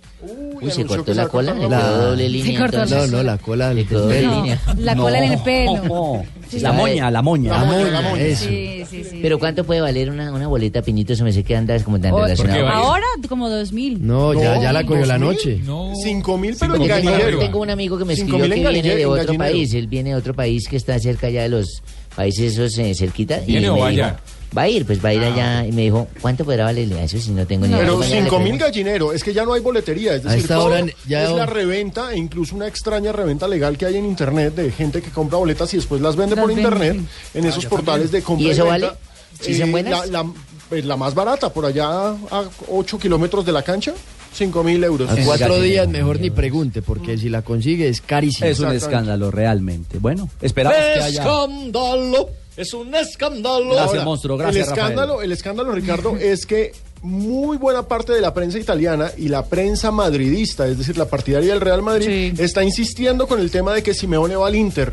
Speaker 6: Uy, ¿se cortó la cola? ¿Le quedó doble línea
Speaker 10: Se cortó
Speaker 9: No,
Speaker 10: entonces.
Speaker 9: no, la cola le quedó
Speaker 6: doble
Speaker 10: No,
Speaker 6: línea.
Speaker 10: la cola en el
Speaker 6: *laughs*
Speaker 10: pelo. Sí.
Speaker 7: La moña, la moña.
Speaker 6: La moña, la moña.
Speaker 10: Sí, sí, sí.
Speaker 6: Pero ¿cuánto puede valer una, una boleta, Pinito? Se me sé que andas como tan
Speaker 10: Oh,
Speaker 6: relacionado. con
Speaker 10: Ahora como 2 mil.
Speaker 9: No, ya, ya la cogió la
Speaker 6: ¿dos mil?
Speaker 9: noche.
Speaker 24: Cinco mil, pero
Speaker 6: Yo
Speaker 24: en
Speaker 6: tengo,
Speaker 24: gallinero.
Speaker 6: tengo un amigo que me
Speaker 24: Cinco
Speaker 6: escribió que
Speaker 24: mil en
Speaker 6: viene de
Speaker 24: gallinero, en
Speaker 6: otro
Speaker 24: gallinero.
Speaker 6: país. Él viene de otro país que está cerca ya de los países esos eh, cerquita. y
Speaker 24: ¿Viene o
Speaker 6: me
Speaker 24: va
Speaker 6: dijo,
Speaker 24: allá?
Speaker 6: Va a ir, pues va a ir
Speaker 7: Ah.
Speaker 6: allá. Y me dijo, ¿cuánto podrá valerle a eso si no tengo ni idea?
Speaker 24: Pero
Speaker 6: Mañana le
Speaker 24: 5 mil
Speaker 6: pregunto.
Speaker 24: gallinero, es que ya no hay boletería, es
Speaker 6: A
Speaker 24: decir,
Speaker 6: esta
Speaker 24: todo
Speaker 6: hora ya-
Speaker 24: es la reventa e incluso una extraña reventa legal que hay en internet de gente que compra boletas y después las vende
Speaker 6: Las
Speaker 24: por
Speaker 6: vende,
Speaker 24: internet
Speaker 6: sí.
Speaker 24: en
Speaker 6: Ah,
Speaker 24: esos
Speaker 6: ya
Speaker 24: portales
Speaker 6: también.
Speaker 24: de compra
Speaker 6: ¿Y eso vale?
Speaker 24: venta. Eh,
Speaker 6: ¿Sí son buenas?
Speaker 24: La, la- pues, la más barata, por allá a 8 kilómetros de la cancha, 5 mil euros.
Speaker 6: Ah,
Speaker 9: A cuatro días mejor ni pregunte, porque si la consigue es carísimo.
Speaker 7: Es un escándalo realmente. Bueno, esperamos
Speaker 9: Pues
Speaker 7: que haya...
Speaker 9: Escándalo, es un escándalo.
Speaker 7: Gracias, monstruo, gracias,
Speaker 24: el escándalo, el escándalo, Ricardo, *laughs* es que muy buena parte de la prensa italiana y la prensa madridista, es decir, la partidaria del Real Madrid, está insistiendo con el tema de que Simeone va al Inter.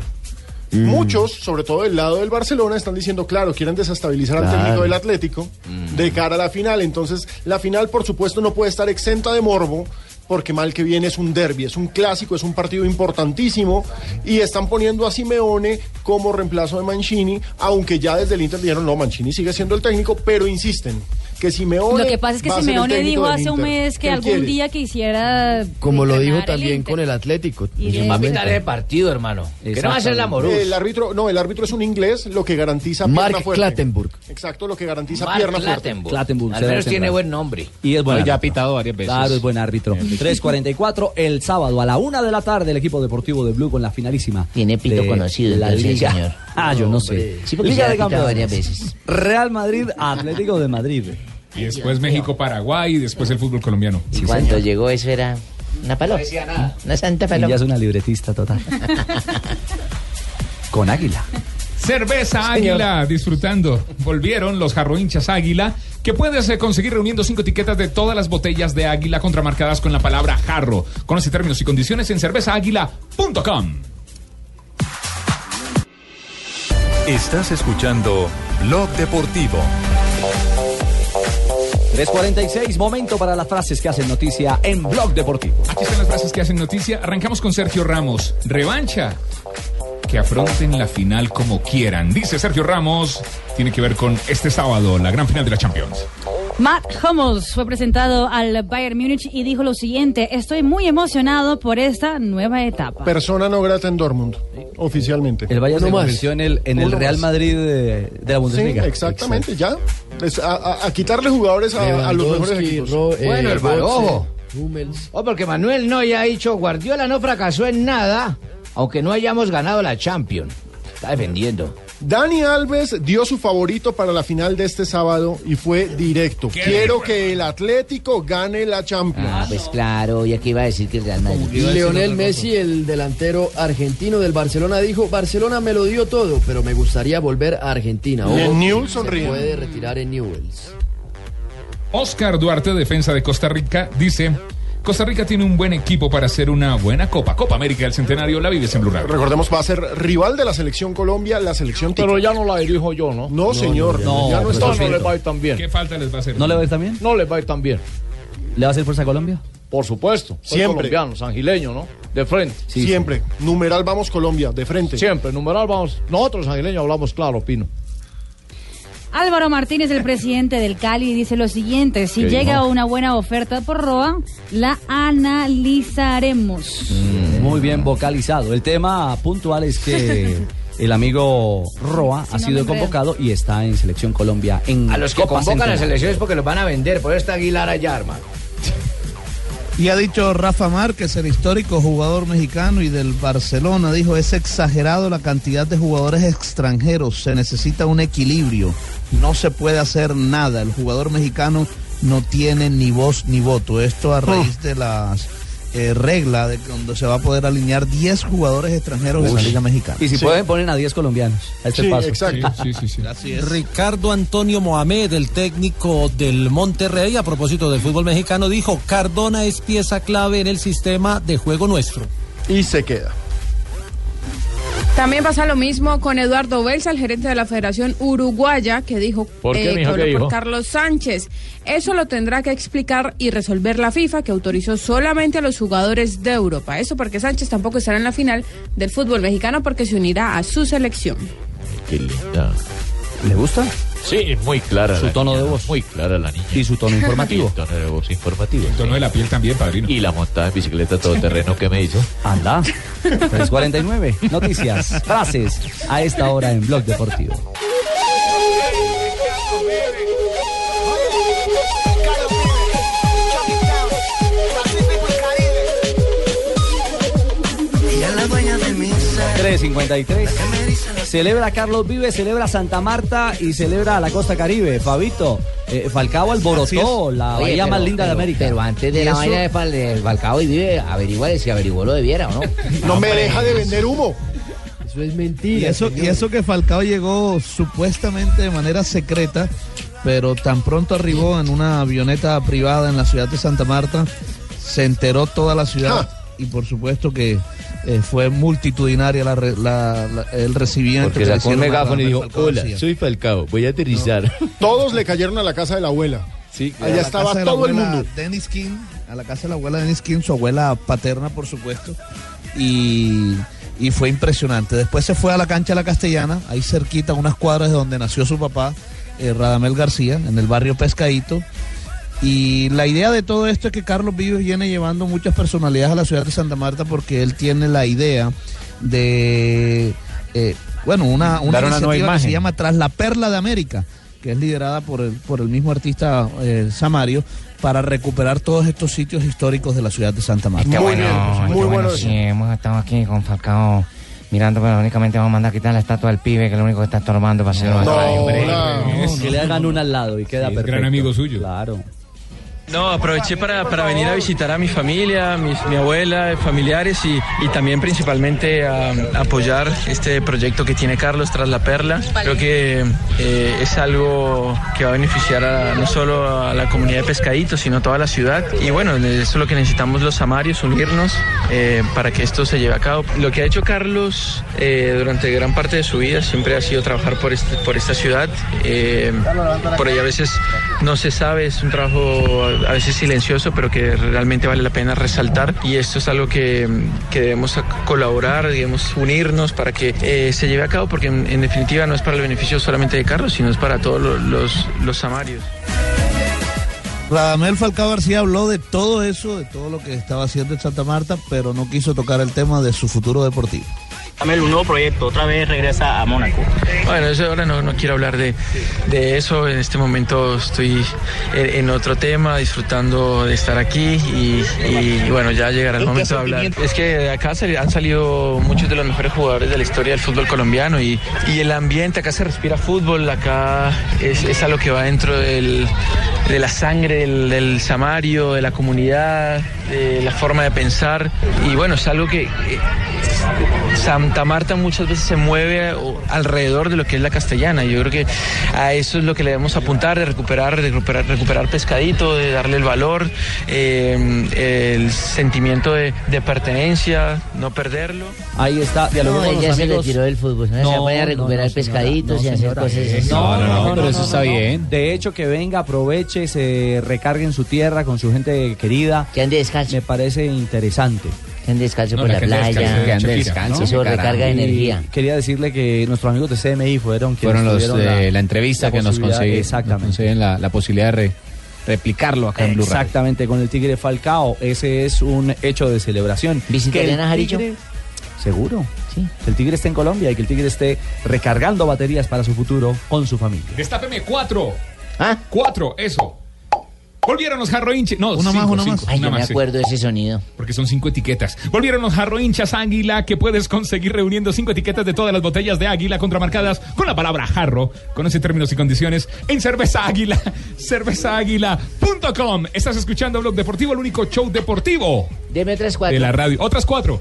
Speaker 7: Mm.
Speaker 24: Muchos, sobre todo del lado del Barcelona, están diciendo, claro, quieren desestabilizar al
Speaker 9: Claro.
Speaker 24: técnico del Atlético de cara a la final. Entonces, la final, por supuesto, no puede estar exenta de morbo, porque mal que bien es un derby, es un clásico, es un partido importantísimo y están poniendo a Simeone como reemplazo de Mancini, aunque ya desde el Inter dijeron, no, Mancini sigue siendo el técnico, pero insisten que Simeone
Speaker 10: Lo que pasa es que
Speaker 24: va a ser el
Speaker 10: Simeone
Speaker 24: técnico
Speaker 10: dijo
Speaker 24: del
Speaker 10: hace un
Speaker 24: Inter.
Speaker 10: mes que
Speaker 24: ¿Qué
Speaker 10: algún
Speaker 24: quiere?
Speaker 10: día que hiciera
Speaker 9: Como lo dijo
Speaker 10: ganar el
Speaker 9: también
Speaker 10: Inter.
Speaker 9: con el Atlético.
Speaker 10: Y
Speaker 9: en
Speaker 10: de-
Speaker 9: su
Speaker 10: Va a
Speaker 9: momento.
Speaker 10: pitar el
Speaker 19: partido, hermano.
Speaker 9: Que no va a ser la Morús.
Speaker 24: El árbitro, no, el árbitro es un inglés, lo que garantiza
Speaker 9: Mark
Speaker 24: pierna fuerte.
Speaker 9: Clattenburg.
Speaker 24: Exacto, lo que garantiza
Speaker 19: Mark
Speaker 24: pierna
Speaker 19: Clattenburg.
Speaker 24: fuerte.
Speaker 7: Clattenburg,
Speaker 19: Al
Speaker 7: cero
Speaker 19: menos tiene
Speaker 7: central.
Speaker 19: buen nombre.
Speaker 7: Y es buen
Speaker 19: No, ya
Speaker 7: árbitro.
Speaker 19: ha pitado varias veces.
Speaker 7: Claro, es buen árbitro. 3.44 el sábado a la una de la tarde el equipo deportivo de Blue con la finalísima. Tiene
Speaker 19: pito conocido,
Speaker 7: la
Speaker 19: entonces,
Speaker 7: liga.
Speaker 19: señor.
Speaker 7: *laughs* Ah, yo no sé.
Speaker 19: Sí, porque ya ha pitado varias veces.
Speaker 7: Real Madrid, Atlético de Madrid.
Speaker 8: Y después México-Paraguay y después el fútbol colombiano.
Speaker 19: Cuando llegó eso era una paloma. Una santa
Speaker 7: Y
Speaker 19: paloma.
Speaker 7: ya es una libretista total. con Águila.
Speaker 8: Cerveza
Speaker 7: Señor.
Speaker 8: Águila, disfrutando. Volvieron los jarrohinchas Águila, que puedes eh, conseguir reuniendo cinco etiquetas de todas las botellas de Águila contramarcadas con la palabra jarro. Conoce términos y condiciones en cervezaaguila.com.
Speaker 1: Estás escuchando Blog Deportivo.
Speaker 7: 3.46, momento para las frases que hacen noticia en Blog Deportivo.
Speaker 8: Aquí están las frases que hacen noticia. Arrancamos con Sergio Ramos. Revancha. Que afronten la final como quieran. Dice Sergio Ramos. Tiene que ver con este sábado, la gran final de la Champions.
Speaker 10: Matt Hummels fue presentado al Bayern Múnich y dijo lo siguiente, estoy muy emocionado por esta nueva etapa.
Speaker 24: Persona no grata en Dortmund, oficialmente.
Speaker 7: El Bayern
Speaker 24: Uno
Speaker 7: se
Speaker 24: más.
Speaker 7: convirtió en el, en el
Speaker 24: Uno
Speaker 7: Real
Speaker 24: más.
Speaker 7: Madrid de, de la
Speaker 24: Sí,
Speaker 7: Bundesliga.
Speaker 24: exactamente, ya. Es a, a- a quitarle jugadores a, a los mejores
Speaker 9: Lewandowski,
Speaker 24: equipos.
Speaker 9: Ro- eh,
Speaker 19: Bueno, el Balojo.
Speaker 9: Hummels.
Speaker 19: *laughs* Oh, porque Manuel no ya ha dicho, Guardiola no fracasó en nada, aunque no hayamos ganado la Champions. Está defendiendo.
Speaker 24: Dani Alves dio su favorito para la final de este sábado y fue directo. Quiero que el Atlético gane la Champions.
Speaker 19: Ah, pues claro, y aquí iba a decir que el Real Madrid.
Speaker 9: Leonel Messi, el delantero argentino del Barcelona, dijo, Barcelona me lo dio todo, pero me gustaría volver a Argentina.
Speaker 24: Y en
Speaker 9: Ojo,
Speaker 24: Newell's
Speaker 9: se
Speaker 24: sonríe.
Speaker 9: puede retirar en Newell's.
Speaker 8: Oscar Duarte, defensa de Costa Rica, dice: Costa Rica tiene un buen equipo para hacer una buena Copa. Copa América del Centenario, la vives en Blue Radio.
Speaker 24: Recordemos, va a ser rival de la selección Colombia, la selección Pero ya no la dirijo yo, ¿no? No, señor.
Speaker 7: no,
Speaker 24: ya no,
Speaker 7: no, pues
Speaker 24: está.
Speaker 7: no le va a ir
Speaker 24: tan bien.
Speaker 8: ¿Qué falta les va a hacer?
Speaker 7: ¿No le va a ir también?
Speaker 2: No les va a ir tan bien.
Speaker 7: ¿Le va a hacer fuerza a Colombia?
Speaker 2: Por supuesto. Soy
Speaker 24: Siempre.
Speaker 2: colombiano, sangileño, ¿no? De frente.
Speaker 24: Siempre. Numeral vamos Colombia, de frente.
Speaker 2: Siempre, numeral vamos. Nosotros sangileños hablamos claro, Pino.
Speaker 10: Álvaro Martínez, el presidente del Cali, dice lo siguiente, si
Speaker 2: ¿Qué dijo?
Speaker 10: llega una buena oferta por Roa, la
Speaker 15: *laughs*
Speaker 10: analizaremos.
Speaker 7: Mm. Muy bien vocalizado. El tema puntual
Speaker 19: *laughs*
Speaker 7: es que el amigo Roa
Speaker 19: Si
Speaker 7: ha
Speaker 19: no me
Speaker 7: sido
Speaker 19: enredo.
Speaker 7: convocado y está en Selección Colombia en
Speaker 19: A los que
Speaker 7: Copa
Speaker 19: convocan
Speaker 7: Centenario.
Speaker 19: las elecciones porque los van a vender. Por eso está Aguilar allá, hermano.
Speaker 11: Y ha dicho Rafa Márquez, el histórico jugador mexicano y del Barcelona, dijo, es exagerado la cantidad de jugadores extranjeros, se necesita un equilibrio, no se puede hacer nada, el jugador mexicano no tiene ni voz ni voto, esto a
Speaker 7: Oh.
Speaker 11: raíz de las eh, reglas de cuando se va a poder alinear 10 jugadores extranjeros en la Liga Mexicana.
Speaker 7: Y si pueden, ponen a 10 colombianos. A este paso.
Speaker 8: Sí, sí, sí.
Speaker 11: Así
Speaker 17: Ricardo Antonio Mohamed, el técnico del Monterrey, a propósito del fútbol mexicano, dijo, Cardona es pieza clave en el sistema de juego nuestro.
Speaker 24: Y se queda.
Speaker 29: También pasa lo mismo con Eduardo Belsa, el gerente de la Federación Uruguaya, que dijo
Speaker 23: ¿Por qué,
Speaker 29: eh,
Speaker 23: mijo,
Speaker 29: que
Speaker 23: qué
Speaker 29: habló
Speaker 23: dijo?
Speaker 29: por Carlos Sánchez. Eso lo tendrá que explicar y resolver la FIFA, que autorizó solamente a los jugadores de Europa. Eso porque Sánchez tampoco estará en la final del fútbol mexicano porque se unirá a su selección.
Speaker 23: Qué linda.
Speaker 7: ¿Le gusta?
Speaker 23: Sí, muy clara.
Speaker 7: Su tono
Speaker 23: de voz. Muy clara la niña.
Speaker 7: Y su
Speaker 23: *laughs*
Speaker 7: tono informativo.
Speaker 23: El tono de voz informativo. El
Speaker 8: tono de la piel también, padrino.
Speaker 23: Y la montada en bicicleta todoterreno que me hizo.
Speaker 7: Anda. 3.49. Noticias, frases a esta hora en Blog Deportivo.
Speaker 20: Ella es la dueña de mi ser.
Speaker 7: 3.53. Celebra Carlos Vive, celebra Santa Marta y celebra la Costa Caribe. Fabito, eh, Falcao
Speaker 19: Así
Speaker 7: alborotó
Speaker 19: es.
Speaker 7: la
Speaker 19: Oye,
Speaker 7: bahía más
Speaker 19: pero-
Speaker 7: linda de
Speaker 19: pero-
Speaker 7: América.
Speaker 19: Pero antes de
Speaker 7: ¿Y
Speaker 19: la
Speaker 7: eso?
Speaker 19: vaina de Fal- de Falcao y vive, averiguar si averiguó lo debiera o no.
Speaker 24: *laughs* No me deja de vender humo.
Speaker 11: Eso es mentira. Y eso, y eso que Falcao llegó supuestamente de manera secreta, pero tan pronto arribó en una avioneta privada en la ciudad de Santa Marta, se enteró toda la ciudad
Speaker 24: Ah.
Speaker 11: y por supuesto que eh, fue multitudinaria la, re- la- la- el recibimiento.
Speaker 23: Porque
Speaker 11: que le
Speaker 23: sacó un
Speaker 11: hicieron a
Speaker 23: megáfono y
Speaker 11: Radamel
Speaker 23: dijo,
Speaker 11: Falcao
Speaker 23: hola,
Speaker 11: García".
Speaker 23: soy Falcao, voy a aterrizar.
Speaker 24: Todos le cayeron a la casa de la abuela.
Speaker 11: Sí,
Speaker 24: Allá estaba todo el mundo.
Speaker 11: Dennis King, a la casa de la abuela Dennis King, su abuela paterna, por supuesto. Y, y fue impresionante. Después se fue a la cancha de la Castellana, ahí cerquita, unas cuadras de donde nació su papá, eh, Radamel García, en el barrio Pescadito. Y la idea de todo esto es que Carlos Vives viene llevando muchas personalidades a la ciudad de Santa Marta porque él tiene la idea de, eh, bueno, una, una
Speaker 18: Dar una
Speaker 11: iniciativa
Speaker 18: nueva
Speaker 11: que se
Speaker 18: imagen.
Speaker 11: llama Tras la Perla de América, que es liderada por el, por el mismo artista eh, Samario, para recuperar todos estos sitios históricos de la ciudad de Santa Marta.
Speaker 25: Qué bueno, qué bueno. Sí, hemos estado aquí con Falcao mirando, pero únicamente vamos a mandar a quitar la estatua del pibe, que es lo único que está estorbando para hacer el Barcelona.
Speaker 7: que le hagan una al lado y queda perfecto. gran amigo suyo. Claro.
Speaker 21: No, aproveché para, para venir a visitar a mi familia, mis- mi abuela, familiares y, y también principalmente a, a apoyar este proyecto que tiene Carlos tras la perla. Creo que eh, es algo que va a beneficiar a- no solo a la comunidad de pescaditos, sino a toda la ciudad. Y bueno, eso es lo que necesitamos los samarios, unirnos eh, para que esto se lleve a cabo. Lo que ha hecho Carlos eh, durante gran parte de su vida siempre ha sido trabajar por, este- por esta ciudad. eh, por ahí a veces no se sabe, es un trabajo a veces silencioso, pero que realmente vale la pena resaltar. Y esto es algo que, que debemos ac- colaborar, debemos unirnos para que eh, se lleve a cabo, porque en, en definitiva no es para el beneficio solamente de Carlos, sino es para todos lo- los, los samarios.
Speaker 11: Radamel Falcao García habló de todo eso, de todo lo que estaba haciendo en Santa Marta, pero no quiso tocar el tema de su futuro deportivo.
Speaker 27: Amel, un nuevo proyecto, otra vez regresa a Mónaco.
Speaker 21: Bueno, eso ahora no, no quiero hablar de, de eso. En este momento estoy en, en otro tema, disfrutando de estar aquí y, y, bueno, ya llegará el momento de hablar. Es que de acá se- han salido muchos de los mejores jugadores de la historia del fútbol colombiano y, y el ambiente, acá se respira fútbol, acá es, es algo que va dentro del, de la sangre del, del samario, de la comunidad, de la forma de pensar y bueno, es algo que... que- Santa Marta muchas veces se mueve eh, o- alrededor de lo que es la castellana. Yo creo que a eso es lo que le debemos apuntar, de recuperar, de recuperar, recuperar pescadito, de darle el valor, eh, el sentimiento de, de pertenencia, no perderlo.
Speaker 7: Ahí está, dialogó
Speaker 21: No,
Speaker 7: con
Speaker 21: ella
Speaker 7: los
Speaker 21: se
Speaker 7: amigos.
Speaker 21: retiró del fútbol,
Speaker 7: no
Speaker 21: no se va a poner a recuperar
Speaker 7: pescaditos
Speaker 21: y hacer cosas así.
Speaker 7: No, no, no,
Speaker 21: pero
Speaker 7: no,
Speaker 21: eso
Speaker 7: no,
Speaker 21: está
Speaker 7: no.
Speaker 21: bien.
Speaker 7: De hecho, que venga, aproveche, se recargue en su tierra con su gente querida. Que ande descalzo. Me parece interesante. Que ande descalzo
Speaker 25: No, por la la que ande playa, descalzo, que ande Shakira, descalzo, ¿no? eso recarga energía.
Speaker 7: Quería decirle que nuestros amigos de CMI fueron quienes
Speaker 18: Fueron los
Speaker 7: tuvieron
Speaker 18: de la, entrevista
Speaker 7: la
Speaker 18: que nos
Speaker 7: posibilidad-
Speaker 18: concedieron
Speaker 7: Exactamente.
Speaker 18: la, la posibilidad de re- replicarlo acá en Blue Radio.
Speaker 7: Exactamente, con el Tigre Falcao. Ese es un hecho de celebración. Que el
Speaker 28: a Jaricho?
Speaker 7: Tigre- Seguro. Sí. Que el Tigre esté en Colombia y que el Tigre esté recargando baterías para su futuro con su familia.
Speaker 8: Destápeme cuatro. ¿Ah? Cuatro, eso. Volvieron los jarro hinchas. No,
Speaker 25: Una más,
Speaker 8: cinco,
Speaker 25: una
Speaker 8: cinco,
Speaker 25: más. Ay, yo me
Speaker 8: sí.
Speaker 25: acuerdo de ese sonido.
Speaker 8: Porque son cinco etiquetas. Volvieron los jarro hinchas águila que puedes conseguir reuniendo cinco etiquetas de todas las botellas de águila contramarcadas con la palabra jarro. Conoce términos y condiciones en cerveza águila, *laughs* cervezaáguila.com. Estás escuchando Blog Deportivo, el único show deportivo
Speaker 25: Deme otras cuatro.
Speaker 8: de la radio. Otras cuatro.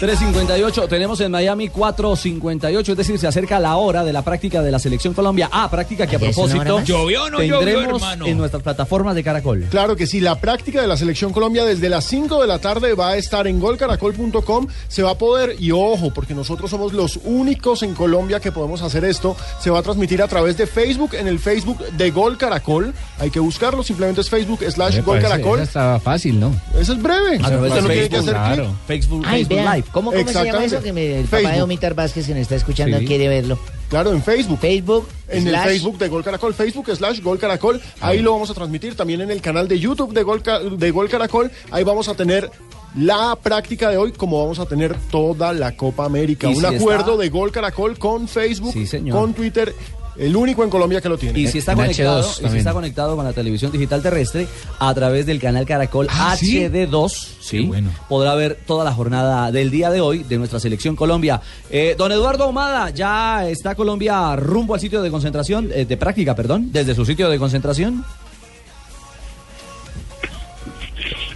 Speaker 7: 3.58, tenemos en Miami 4.58, es decir, se acerca la hora de la práctica de la Selección Colombia. Ah, práctica que a
Speaker 24: Ay, ¿es una hora
Speaker 7: propósito
Speaker 24: más? ¿Llovió o no llovió,
Speaker 7: tendremos
Speaker 24: hermano?
Speaker 7: en nuestras plataformas de Caracol.
Speaker 24: Claro que sí, la práctica de la Selección Colombia desde las 5 de la tarde va a estar en golcaracol.com, se va a poder, y ojo, porque nosotros somos los únicos en Colombia que podemos hacer esto, se va a transmitir a través de Facebook, en el Facebook de Gol Caracol, hay que buscarlo, simplemente es Facebook slash Gol Caracol,
Speaker 18: Estaba fácil, ¿no?
Speaker 24: eso es breve,
Speaker 18: A través
Speaker 24: usted
Speaker 18: de
Speaker 24: no tiene que
Speaker 18: Facebook,
Speaker 24: hacer clic.
Speaker 18: claro. Facebook-
Speaker 25: Ay, vean, ¿Cómo, cómo se llama
Speaker 24: Exactamente.
Speaker 25: eso? Que me- el papá de
Speaker 24: Facebook.
Speaker 25: Omitar Vázquez que nos está escuchando
Speaker 24: Sí.
Speaker 25: quiere verlo.
Speaker 24: Claro, en Facebook.
Speaker 25: Facebook.
Speaker 24: En el
Speaker 25: slash-
Speaker 24: Facebook de Gol Caracol, Facebook slash Gol Caracol, ahí lo vamos a transmitir. También en el canal de YouTube de Gol, Ca- de Gol Caracol, ahí vamos a tener la práctica de hoy, como vamos a tener toda la Copa América.
Speaker 7: Y
Speaker 24: Un
Speaker 7: si
Speaker 24: acuerdo
Speaker 7: está-
Speaker 24: de Gol Caracol con Facebook,
Speaker 7: Sí, señor.
Speaker 24: con Twitter, el único en Colombia que lo tiene.
Speaker 7: Y si está conectado, y si está conectado con la televisión digital terrestre a través del canal Caracol
Speaker 18: Ah, ¿sí?
Speaker 7: HD2, sí, podrá ver toda la jornada del día de hoy de nuestra selección Colombia. Eh, don Eduardo Ahumada, ya está Colombia rumbo al sitio de concentración, eh, de práctica, perdón, desde su sitio de concentración.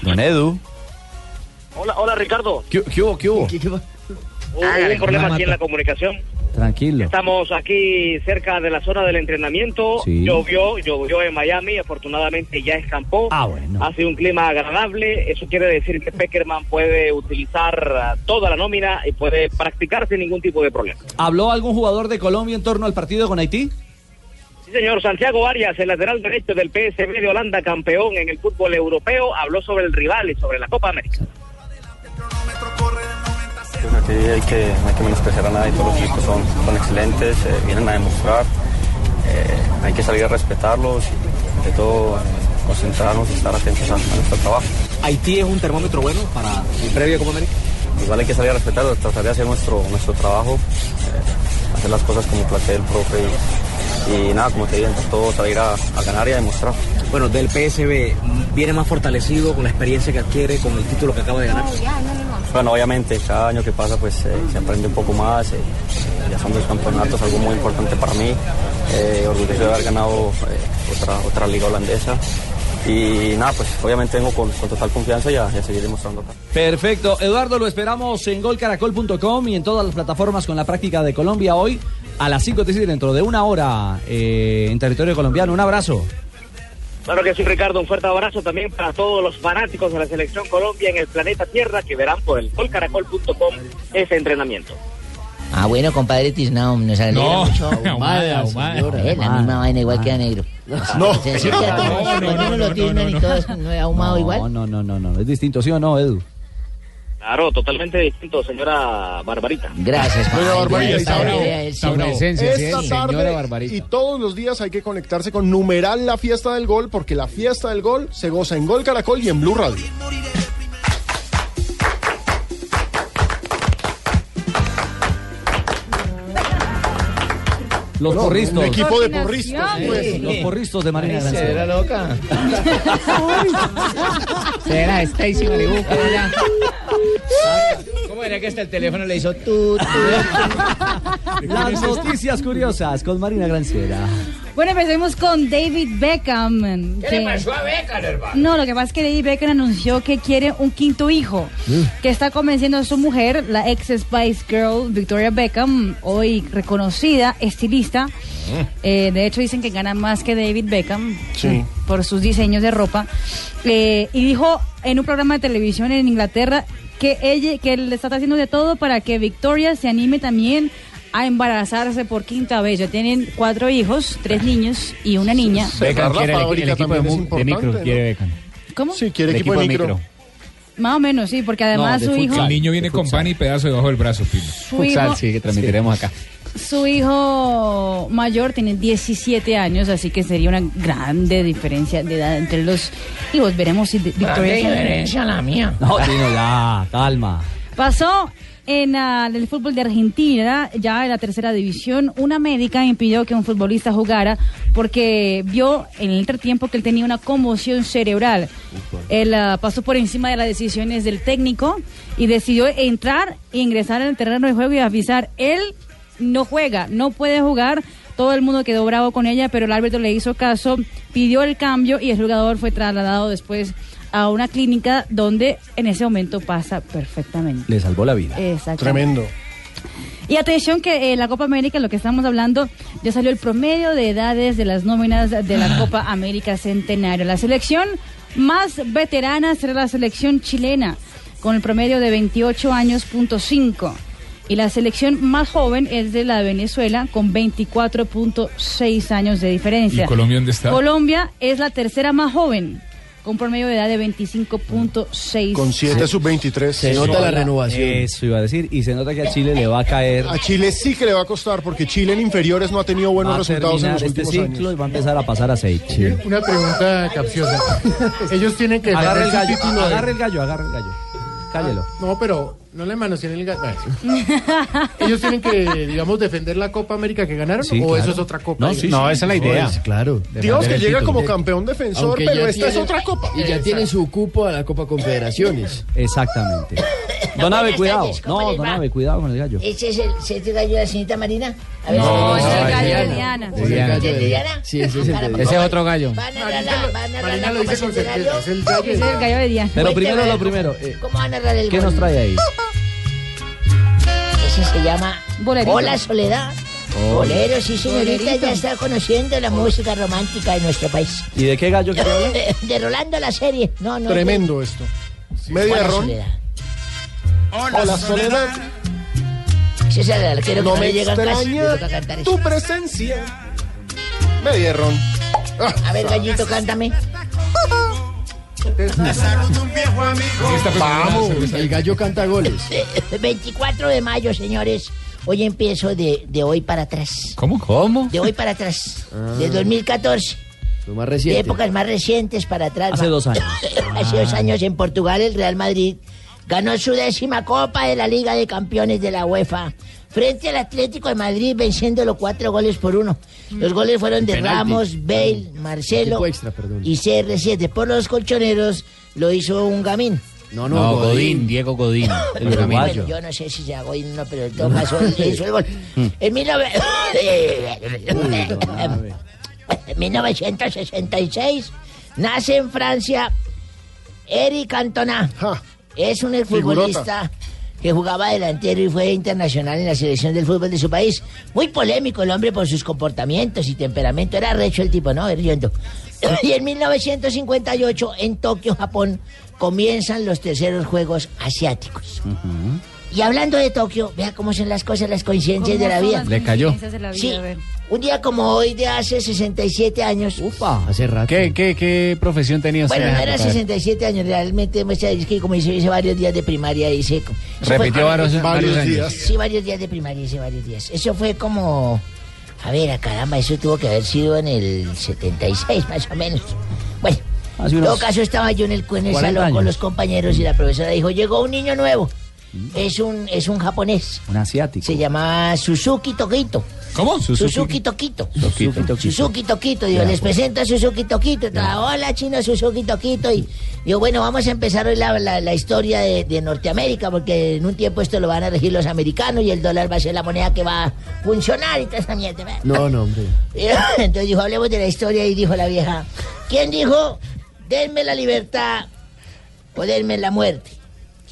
Speaker 7: Don Edu.
Speaker 30: Hola, hola Ricardo.
Speaker 7: ¿Qué, hubo? ¿Qué hubo?
Speaker 30: Hubo un problema aquí en la comunicación.
Speaker 7: Tranquilo.
Speaker 13: Estamos aquí cerca de la zona del entrenamiento.
Speaker 7: Sí.
Speaker 13: Llovió, llovió en Miami, afortunadamente ya escampó.
Speaker 7: Ah, bueno.
Speaker 13: Ha sido un clima agradable. Eso quiere decir que Peckerman puede utilizar ah, toda la nómina y puede practicar sin ningún tipo de problema.
Speaker 7: ¿Habló algún jugador de Colombia en torno al partido con Haití?
Speaker 13: Sí, señor. Santiago Arias, el lateral derecho del PSV de Holanda, campeón en el fútbol europeo, habló sobre el rival y sobre la Copa América.
Speaker 3: Pues aquí hay que, no hay que menospreciar a nadie, todos los equipos son, son excelentes, eh, vienen a demostrar, eh, hay que salir a respetarlos y de todo eh, concentrarnos y estar atentos a, a nuestro trabajo.
Speaker 15: Haití es un termómetro bueno para el previo Copa América.
Speaker 3: Igual Pues hay que salir a respetarlos, tratar de hacer nuestro, nuestro trabajo, eh, hacer las cosas como plantea el profe y, y nada, como te dije, todo salir a, a ganar y a demostrar.
Speaker 15: Bueno, del PSB viene más fortalecido con la experiencia que adquiere, con el título que acaba de ganar.
Speaker 3: Bueno, obviamente, cada año que pasa pues eh, se aprende un poco más, eh, eh, ya son dos campeonatos, algo muy importante para mí, eh, orgulloso de haber ganado eh, otra, otra liga holandesa y nada, pues obviamente vengo con, con total confianza y a, y a seguir demostrando acá.
Speaker 7: Perfecto. Eduardo, lo esperamos en golcaracol.com y en todas las plataformas con la práctica de Colombia hoy a las 5 de dentro de una hora eh, en territorio colombiano. Un abrazo.
Speaker 13: Claro que sí, Ricardo, un fuerte abrazo también para todos los fanáticos de la Selección Colombia en el planeta Tierra que verán por el colcaracol.com ese entrenamiento.
Speaker 30: Ah, bueno, compadre Tiznao, nos alegra
Speaker 13: No,
Speaker 7: *laughs*
Speaker 30: mucho.
Speaker 13: ahumada, ahumada.
Speaker 30: señora, eh, la misma vaina igual que a negro.
Speaker 7: Ah. No.
Speaker 30: Se decía que a todos,
Speaker 7: No, no,
Speaker 30: cuando
Speaker 7: no,
Speaker 30: uno
Speaker 7: no,
Speaker 30: lo
Speaker 7: no,
Speaker 30: tiznan
Speaker 7: no, *laughs*
Speaker 30: y todos, ¿no es ahumado igual?
Speaker 7: No, no, no, no, no. Es distinto, ¿sí o no, Edu?
Speaker 13: Claro, totalmente distinto, señora Barbarita.
Speaker 30: Gracias,
Speaker 24: Doña Barbarita, está bravo, está bravo. Esta
Speaker 13: señora
Speaker 24: tarde
Speaker 13: Barbarita.
Speaker 24: y todos los días hay que conectarse con numeral la fiesta del gol, porque la fiesta del gol se goza en Gol Caracol y en Blue Radio.
Speaker 7: Los
Speaker 24: No,
Speaker 7: porristos.
Speaker 24: un equipo de porristas, pues.
Speaker 7: Sí, Los porristos de Marina Granciera.
Speaker 24: Será
Speaker 15: loca.
Speaker 28: Será Stacy Malibu, pero ya.
Speaker 15: ¿Cómo era que hasta el teléfono le hizo tú?
Speaker 7: Las noticias curiosas con Marina Granciera.
Speaker 10: Bueno, empecemos con David Beckham.
Speaker 15: ¿Qué
Speaker 10: que-
Speaker 15: le pasó a Beckham, hermano?
Speaker 10: No, lo que pasa es que David Beckham anunció que quiere un quinto hijo,
Speaker 23: Mm.
Speaker 10: que está convenciendo a su mujer, la ex Spice Girl Victoria Beckham, hoy reconocida estilista. Eh, de hecho, dicen que gana más que David Beckham
Speaker 23: Mm.
Speaker 31: Sí.
Speaker 10: por sus diseños de ropa. Eh, y dijo en un programa de televisión en Inglaterra que ella, que él está haciendo de todo para que Victoria se anime también a embarazarse por quinta vez. Ya tienen cuatro hijos, tres niños y una niña.
Speaker 24: Cerrar
Speaker 18: Beckham
Speaker 24: la
Speaker 18: quiere el- el
Speaker 24: fábrica
Speaker 18: equipo de
Speaker 24: también es
Speaker 18: mu- de
Speaker 24: importante,
Speaker 18: micro,
Speaker 24: ¿no?
Speaker 18: quiere Beckham.
Speaker 10: ¿Cómo?
Speaker 24: Sí, quiere
Speaker 18: El
Speaker 24: equipo, de micro.
Speaker 10: Más o menos, sí, porque además
Speaker 18: de
Speaker 10: su hijo,
Speaker 18: futsal.
Speaker 8: El niño viene con pan y pedazo debajo del brazo, Pino.
Speaker 10: hijo-
Speaker 18: Futsal, sí, que transmitiremos acá.
Speaker 10: su hijo mayor tiene 17 años, así que sería una grande diferencia de edad entre los hijos. Veremos si de- Victoria...
Speaker 15: Grande diferencia la mía.
Speaker 7: No, Tino, ya, calma.
Speaker 10: Pasó en ah, el fútbol de Argentina, ya en la tercera división, una médica impidió que un futbolista jugara porque vio en el entretiempo que él tenía una conmoción cerebral. Él ah, pasó por encima de las decisiones del técnico y decidió entrar e ingresar al terreno de juego y avisar, él no juega, no puede jugar. Todo el mundo quedó bravo con ella, pero el árbitro le hizo caso, pidió el cambio y el jugador fue trasladado después a una clínica donde en ese momento pasa perfectamente.
Speaker 7: Le salvó la vida.
Speaker 10: Exacto.
Speaker 24: Tremendo.
Speaker 10: Y atención que en la Copa América, lo que estamos hablando, ya salió el promedio de edades de las nóminas de
Speaker 8: Ah.
Speaker 10: la Copa América Centenario. La selección más veterana será la selección chilena, con el promedio de 28 años punto 5. Y la selección más joven es de la de Venezuela, con 24.6 años de diferencia.
Speaker 8: ¿Y Colombia dónde está?
Speaker 10: Colombia es la tercera más joven, con promedio de edad de 25.6
Speaker 24: Con 7
Speaker 10: años.
Speaker 24: sub-23.
Speaker 10: Se nota la
Speaker 24: renovación.
Speaker 7: Eso iba a decir. Y se nota que a Chile le va a caer.
Speaker 24: A Chile sí que le va a costar, porque Chile en inferiores no ha tenido buenos
Speaker 7: va a
Speaker 24: resultados en
Speaker 7: terminar
Speaker 24: los
Speaker 7: este
Speaker 24: últimos años.
Speaker 7: ciclo y va a empezar a pasar aceite.
Speaker 31: Una pregunta capciosa. Ellos tienen que defender
Speaker 7: Agarra el
Speaker 31: su
Speaker 7: gallo,
Speaker 31: título de- Ah,
Speaker 7: agarra el gallo, agarra el gallo. Cállelo.
Speaker 31: No, pero no le manosean el gallo. Ah, Ellos tienen que, digamos, defender la Copa América que ganaron
Speaker 18: Sí,
Speaker 31: o
Speaker 18: claro.
Speaker 31: eso es otra copa.
Speaker 18: No, sí, No, sí. esa es la idea.
Speaker 31: claro.
Speaker 24: Digamos que
Speaker 31: Defender el
Speaker 24: llega
Speaker 31: título.
Speaker 24: como campeón defensor,
Speaker 9: Aunque
Speaker 24: pero
Speaker 9: ya
Speaker 24: esta es
Speaker 9: tiene-
Speaker 24: otra copa.
Speaker 9: Y ya tiene su cupo a la Copa Confederaciones.
Speaker 7: Exactamente. Don Abe,
Speaker 30: Buenas
Speaker 7: cuidado.
Speaker 30: tardes, ¿cómo
Speaker 7: No,
Speaker 30: les
Speaker 7: Don
Speaker 30: va?
Speaker 7: Abe, cuidado con el gallo.
Speaker 30: ¿Ese es el, ¿se te gallo de la señorita Marina? A ver
Speaker 7: No,
Speaker 30: si-
Speaker 7: ese es el
Speaker 30: Ay,
Speaker 7: gallo de
Speaker 30: Diana.
Speaker 7: Diana. De Diana. pues.
Speaker 30: ¿Ese es el de Diana?
Speaker 7: Sí, ese es el de
Speaker 30: Ah,
Speaker 7: Diana.
Speaker 30: pues,
Speaker 7: Ese es otro gallo.
Speaker 30: Van a narrar, van a narrar
Speaker 31: Marina
Speaker 30: la
Speaker 31: lo
Speaker 30: Copa
Speaker 31: dice con
Speaker 30: Centenario.
Speaker 31: certeza, es el gallo.
Speaker 10: Ese es el gallo de Diana.
Speaker 7: Pero
Speaker 30: Cuénteme,
Speaker 7: primero lo
Speaker 30: ¿cómo-
Speaker 7: primero, eh,
Speaker 30: ¿Cómo van a narrar el
Speaker 7: ¿Qué
Speaker 30: gol?
Speaker 7: nos trae ahí?
Speaker 30: Ese Racing se llama
Speaker 10: Bolerito.
Speaker 30: Hola Soledad.
Speaker 7: Oh.
Speaker 30: Bolero, sí señorita,
Speaker 10: Bolerito.
Speaker 30: ya está conociendo la música romántica de nuestro país.
Speaker 7: ¿Y de qué
Speaker 30: *laughs*
Speaker 7: gallo que habla?
Speaker 30: de Rolando la serie. No, no.
Speaker 24: Tremendo esto. Media
Speaker 30: Hola,
Speaker 24: ron.
Speaker 30: Soledad.
Speaker 24: Hola, Soledad.
Speaker 30: Ese es el arquero
Speaker 24: No
Speaker 30: que no
Speaker 24: me
Speaker 30: le llega casi.
Speaker 24: extraña
Speaker 30: le toca cantar eso.
Speaker 24: tu presencia. Media ron.
Speaker 30: A ver, gallito, cántame.
Speaker 24: Vamos, el gallo canta
Speaker 30: *laughs*
Speaker 24: goles.
Speaker 30: 24 de mayo, señores. Hoy empiezo de, de hoy para atrás.
Speaker 8: ¿Cómo?
Speaker 30: ¿Cómo? De hoy para atrás.
Speaker 24: Ah.
Speaker 30: De 2014.
Speaker 9: Lo más reciente.
Speaker 30: De épocas más recientes para atrás.
Speaker 9: Hace
Speaker 30: va.
Speaker 9: dos años.
Speaker 30: *laughs* Hace
Speaker 9: Ah.
Speaker 30: dos años en Portugal el Real Madrid ganó su décima Copa de la Liga de Campeones de la UEFA. Frente al Atlético de Madrid venciéndolo cuatro goles por uno. Los goles fueron de
Speaker 9: Penalti.
Speaker 30: Ramos, Bale, Marcelo
Speaker 9: Equipo extra, perdón.
Speaker 30: y CR7. Por los colchoneros lo hizo un gamín.
Speaker 9: No, no, Godín,
Speaker 19: Diego Godín.
Speaker 9: el uruguayo.
Speaker 30: Yo no sé si se hago no, pero en todo caso le hizo el gol. En 19 *laughs* En 1966 nace en Francia Eric Cantona. Es un exfutbolista que jugaba delantero y fue internacional en la selección del fútbol de su país. Muy polémico el hombre por sus comportamientos y temperamento. Era recho el tipo, ¿no? Riendo. *clears throat* Y en 1958, en Tokio, Japón, comienzan los terceros Juegos Asiáticos. Y hablando de Tokio, vea cómo son las cosas, las coincidencias de la vida.
Speaker 19: Le cayó.
Speaker 30: Sí, un día como hoy de hace 67 años. Upa.
Speaker 9: Hace rato.
Speaker 19: ¿Qué, qué, qué profesión tenía usted?
Speaker 30: Bueno, no era
Speaker 19: A ver.
Speaker 30: 67 años, realmente, me es que como hice, hice varios días de primaria, hice... co- eso fue-
Speaker 19: Repitió varios- varios Varios días. años.
Speaker 30: Sí, varios días de primaria, hice varios días. Eso fue como... A ver, a caramba, eso tuvo que haber sido en el 76, más o menos. Bueno,
Speaker 9: Hace
Speaker 30: en todo
Speaker 9: unos
Speaker 30: caso estaba yo en el, cu- en el
Speaker 9: 40
Speaker 30: salón con
Speaker 9: años.
Speaker 30: los compañeros y la profesora dijo, llegó un niño nuevo. Es un, es un japonés.
Speaker 7: Un asiático.
Speaker 30: Se llamaba Suzuki Toquito.
Speaker 8: ¿Cómo?
Speaker 30: Suzuki Toquito. Suzuki Toquito, digo,
Speaker 9: Ya,
Speaker 30: les
Speaker 9: pues.
Speaker 30: presento a Suzuki Toquito. Tra- Hola, chino Suzuki Toquito. Y digo, bueno, vamos a empezar hoy la, la- la historia de, de Norteamérica, porque en un tiempo esto lo van a regir los americanos y el dólar va a ser la moneda que va a funcionar y toda esa mierda.
Speaker 9: No, no, hombre.
Speaker 30: *laughs* Entonces dijo, hablemos de la historia y dijo la vieja, ¿quién dijo, denme la libertad o denme la muerte?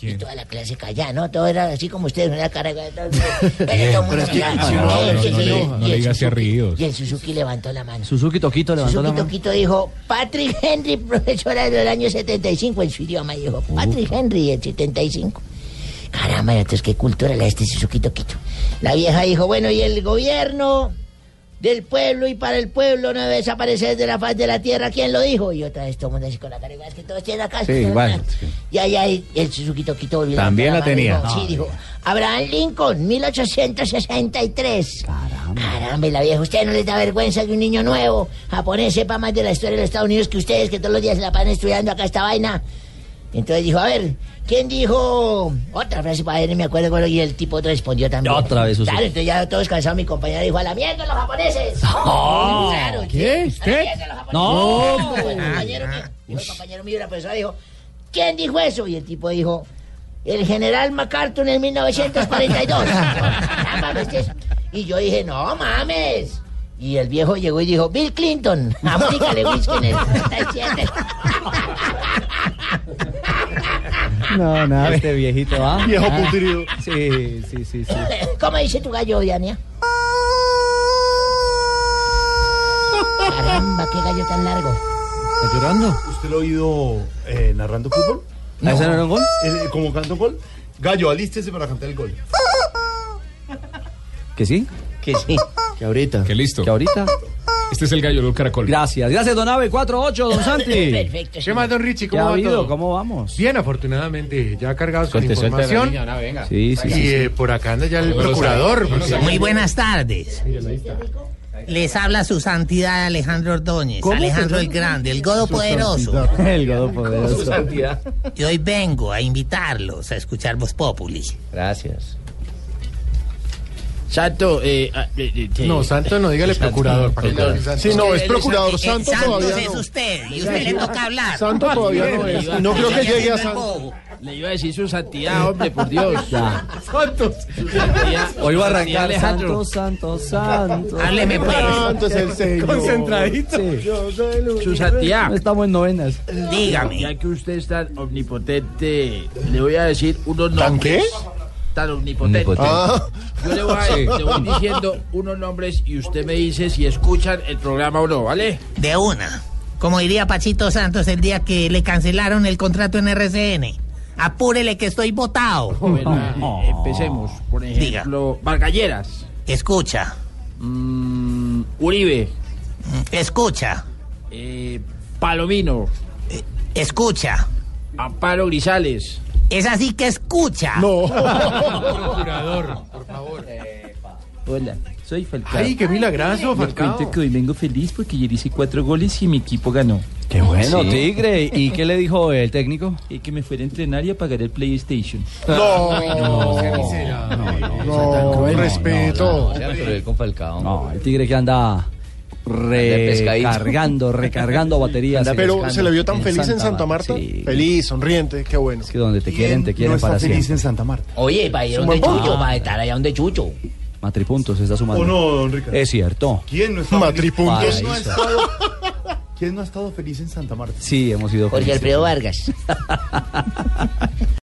Speaker 30: Y toda la clase callada, ¿no? Todo era así como ustedes, una cara... Todo, todo el mundo callado.
Speaker 8: No, no, no
Speaker 30: Y-
Speaker 8: le- no
Speaker 30: y-
Speaker 8: le digas así a Ríos.
Speaker 30: y el Suzuki levantó la mano.
Speaker 7: Suzuki Toquito levantó
Speaker 30: Suzuki
Speaker 7: la mano.
Speaker 30: Toquito dijo, Patrick Henry, profesora del año 75 en su idioma, dijo, Patrick Henry del 75. Caramba, entonces qué cultura la de este Suzuki Toquito. La vieja dijo, bueno, y el gobierno del pueblo y para el pueblo no debe desaparecer de la faz de la tierra, ¿quién lo dijo? Y otra vez todo el mundo así con la cara igual que todos tienen acá.
Speaker 19: Sí, igual.
Speaker 30: Y ahí, ahí, el Suzuki Toquito volvió a
Speaker 19: También
Speaker 30: levantar
Speaker 19: la
Speaker 30: mano,
Speaker 19: tenía.
Speaker 30: dijo, sí, dijo, Abraham Lincoln, 1863. Caramba. Caramba, y la vieja, ¿usted no les da vergüenza que un niño nuevo japonés sepa más de la historia de los Estados Unidos que ustedes, que todos los días se la van estudiando acá esta vaina? Entonces dijo, a ver, ¿quién dijo otra frase para ver? No me acuerdo cuál, y el tipo otro respondió también.
Speaker 7: Otra vez, Suzuki.
Speaker 30: Claro, entonces ya todos cansados, mi compañero dijo, a la mierda los japoneses.
Speaker 6: Ah,
Speaker 30: Claro,
Speaker 7: ¿Qué?
Speaker 30: a la
Speaker 7: ¿Qué?
Speaker 30: mierda los japoneses.
Speaker 7: No.
Speaker 30: Un compañero mío, un compañero mío, una persona dijo, ¿quién dijo eso? Y el tipo dijo, el general MacArthur
Speaker 7: *laughs*
Speaker 30: en 1942. Ah, mames, ¿qué es? y yo dije, no mames. Y el viejo llegó y dijo, Bill Clinton, a Mónica Lewinsky en el 37.
Speaker 7: No, nada. Este viejito, ¿ah?
Speaker 30: Viejo
Speaker 7: Ah.
Speaker 30: putrido.
Speaker 7: Sí, sí, sí, sí.
Speaker 30: ¿Cómo dice tu gallo,
Speaker 7: *laughs*
Speaker 30: Diania? Caramba, qué gallo tan largo.
Speaker 1: ¿Está llorando? ¿Usted lo ha oído eh, narrando fútbol?
Speaker 7: ¿A ese no era un gol?
Speaker 1: Eh, ¿Cómo canta un gol? Gallo, alístese para cantar el gol.
Speaker 7: ¿Que sí?
Speaker 30: Que sí.
Speaker 9: Que ahorita.
Speaker 8: Que listo. Que
Speaker 7: ahorita.
Speaker 8: Este es el gallo del caracol.
Speaker 7: Gracias. Gracias, don Ave. 4-8, don Santi.
Speaker 30: Perfecto.
Speaker 31: ¿Qué más, don Richie?
Speaker 7: ¿Qué
Speaker 31: ¿Cómo
Speaker 7: ha
Speaker 31: va
Speaker 7: habido?
Speaker 31: todo?
Speaker 7: ¿Cómo vamos?
Speaker 31: Bien, afortunadamente, ya cargados con
Speaker 18: Suelte, suelte,
Speaker 31: información.
Speaker 18: Rafinha, una, venga.
Speaker 31: Y
Speaker 18: Sí, sí, sí,
Speaker 31: eh, por acá anda ya el procurador. porque-
Speaker 6: Muy buenas tardes. Les habla su santidad Alejandro Ordóñez, ¿Cómo, Alejandro perdón? el Grande, el Godo Su Poderoso. santidad. El Godo Poderoso. Su santidad. Y hoy vengo a invitarlos a escuchar Voz Populi.
Speaker 9: Gracias. Santo, eh, ah, eh, eh, eh,
Speaker 31: No, Santo no, dígale
Speaker 9: Santo,
Speaker 31: procurador, para que
Speaker 9: procurador.
Speaker 31: le digan Santo. Sí, no, es procurador,
Speaker 6: Eh,
Speaker 31: Santo
Speaker 6: Santos
Speaker 31: todavía
Speaker 6: es
Speaker 31: no.
Speaker 6: usted, y usted le toca hablar.
Speaker 24: Santo todavía no es. Y no creo que
Speaker 6: Estoy
Speaker 24: llegue a
Speaker 6: haciendo el
Speaker 24: Santo.
Speaker 6: bobo.
Speaker 2: Le iba a decir su santidad, hombre, por Dios.
Speaker 6: *laughs*
Speaker 7: Ya.
Speaker 2: Santos.
Speaker 7: Hoy va a
Speaker 2: Santidad
Speaker 7: arrancar
Speaker 2: Alejandro.
Speaker 7: Santo, Santo, Santo.
Speaker 2: Hábleme, pues. Santo es el Señor.
Speaker 7: Concentradito.
Speaker 2: Su santidad.
Speaker 7: No Estamos en novenas.
Speaker 2: Ya que usted es tan omnipotente, le voy a decir unos nombres.
Speaker 31: tan omnipotente.
Speaker 24: Omnipotente. Ah.
Speaker 31: Yo le voy, a-
Speaker 24: Sí.
Speaker 31: le voy diciendo unos nombres y usted me dice si escuchan el programa o no, ¿vale?
Speaker 6: De una. Como diría Pachito Santos el día que le cancelaron el contrato en RCN. Apúrele que estoy votado.
Speaker 31: Bueno, eh, empecemos. Por ejemplo, Vargalleras.
Speaker 6: Escucha.
Speaker 31: Mm,
Speaker 6: Mm,
Speaker 31: Uribe. Eh,
Speaker 6: Escucha. Eh,
Speaker 31: Palomino.
Speaker 6: Escucha.
Speaker 31: Amparo Grisales.
Speaker 6: Es así que escucha.
Speaker 31: No.
Speaker 6: *laughs*
Speaker 8: Procurador,
Speaker 31: *laughs* por favor. Hola, soy Falcao.
Speaker 8: Ay, qué milagroso,
Speaker 31: Les
Speaker 8: Falcao.
Speaker 31: cuento que hoy vengo feliz porque ayer hice cuatro goles y mi equipo ganó. Qué
Speaker 7: bueno, Tigre. ¿Y qué
Speaker 31: le dijo el técnico? que me fuera a entrenar y a pagar el PlayStation.
Speaker 24: No. Ay,
Speaker 31: Oh.
Speaker 24: no, qué
Speaker 31: no, no,
Speaker 24: No, con respeto.
Speaker 7: No, el Tigre que anda recargando, recargando baterías.
Speaker 24: Pero se le vio tan feliz en Santa
Speaker 7: Marta.
Speaker 24: Marta. Feliz, sonriente, qué bueno.
Speaker 7: Es que donde te quieren, te quieren para siempre.
Speaker 24: Santa Marta.
Speaker 11: Oye, para ir a donde
Speaker 7: Sumando.
Speaker 11: Chucho,
Speaker 33: ah.
Speaker 11: para estar allá donde Chucho.
Speaker 7: Matripuntos está sumando.
Speaker 11: ¿O no, don
Speaker 33: Ricardo?
Speaker 7: Es cierto.
Speaker 33: ¿Quién no está
Speaker 7: Matripuntos.
Speaker 33: ¿Quién no ha estado, ¿Quién no ha estado feliz en Santa Marta?
Speaker 7: Sí, hemos ido
Speaker 11: Jorge
Speaker 7: felices.
Speaker 11: Alfredo Vargas.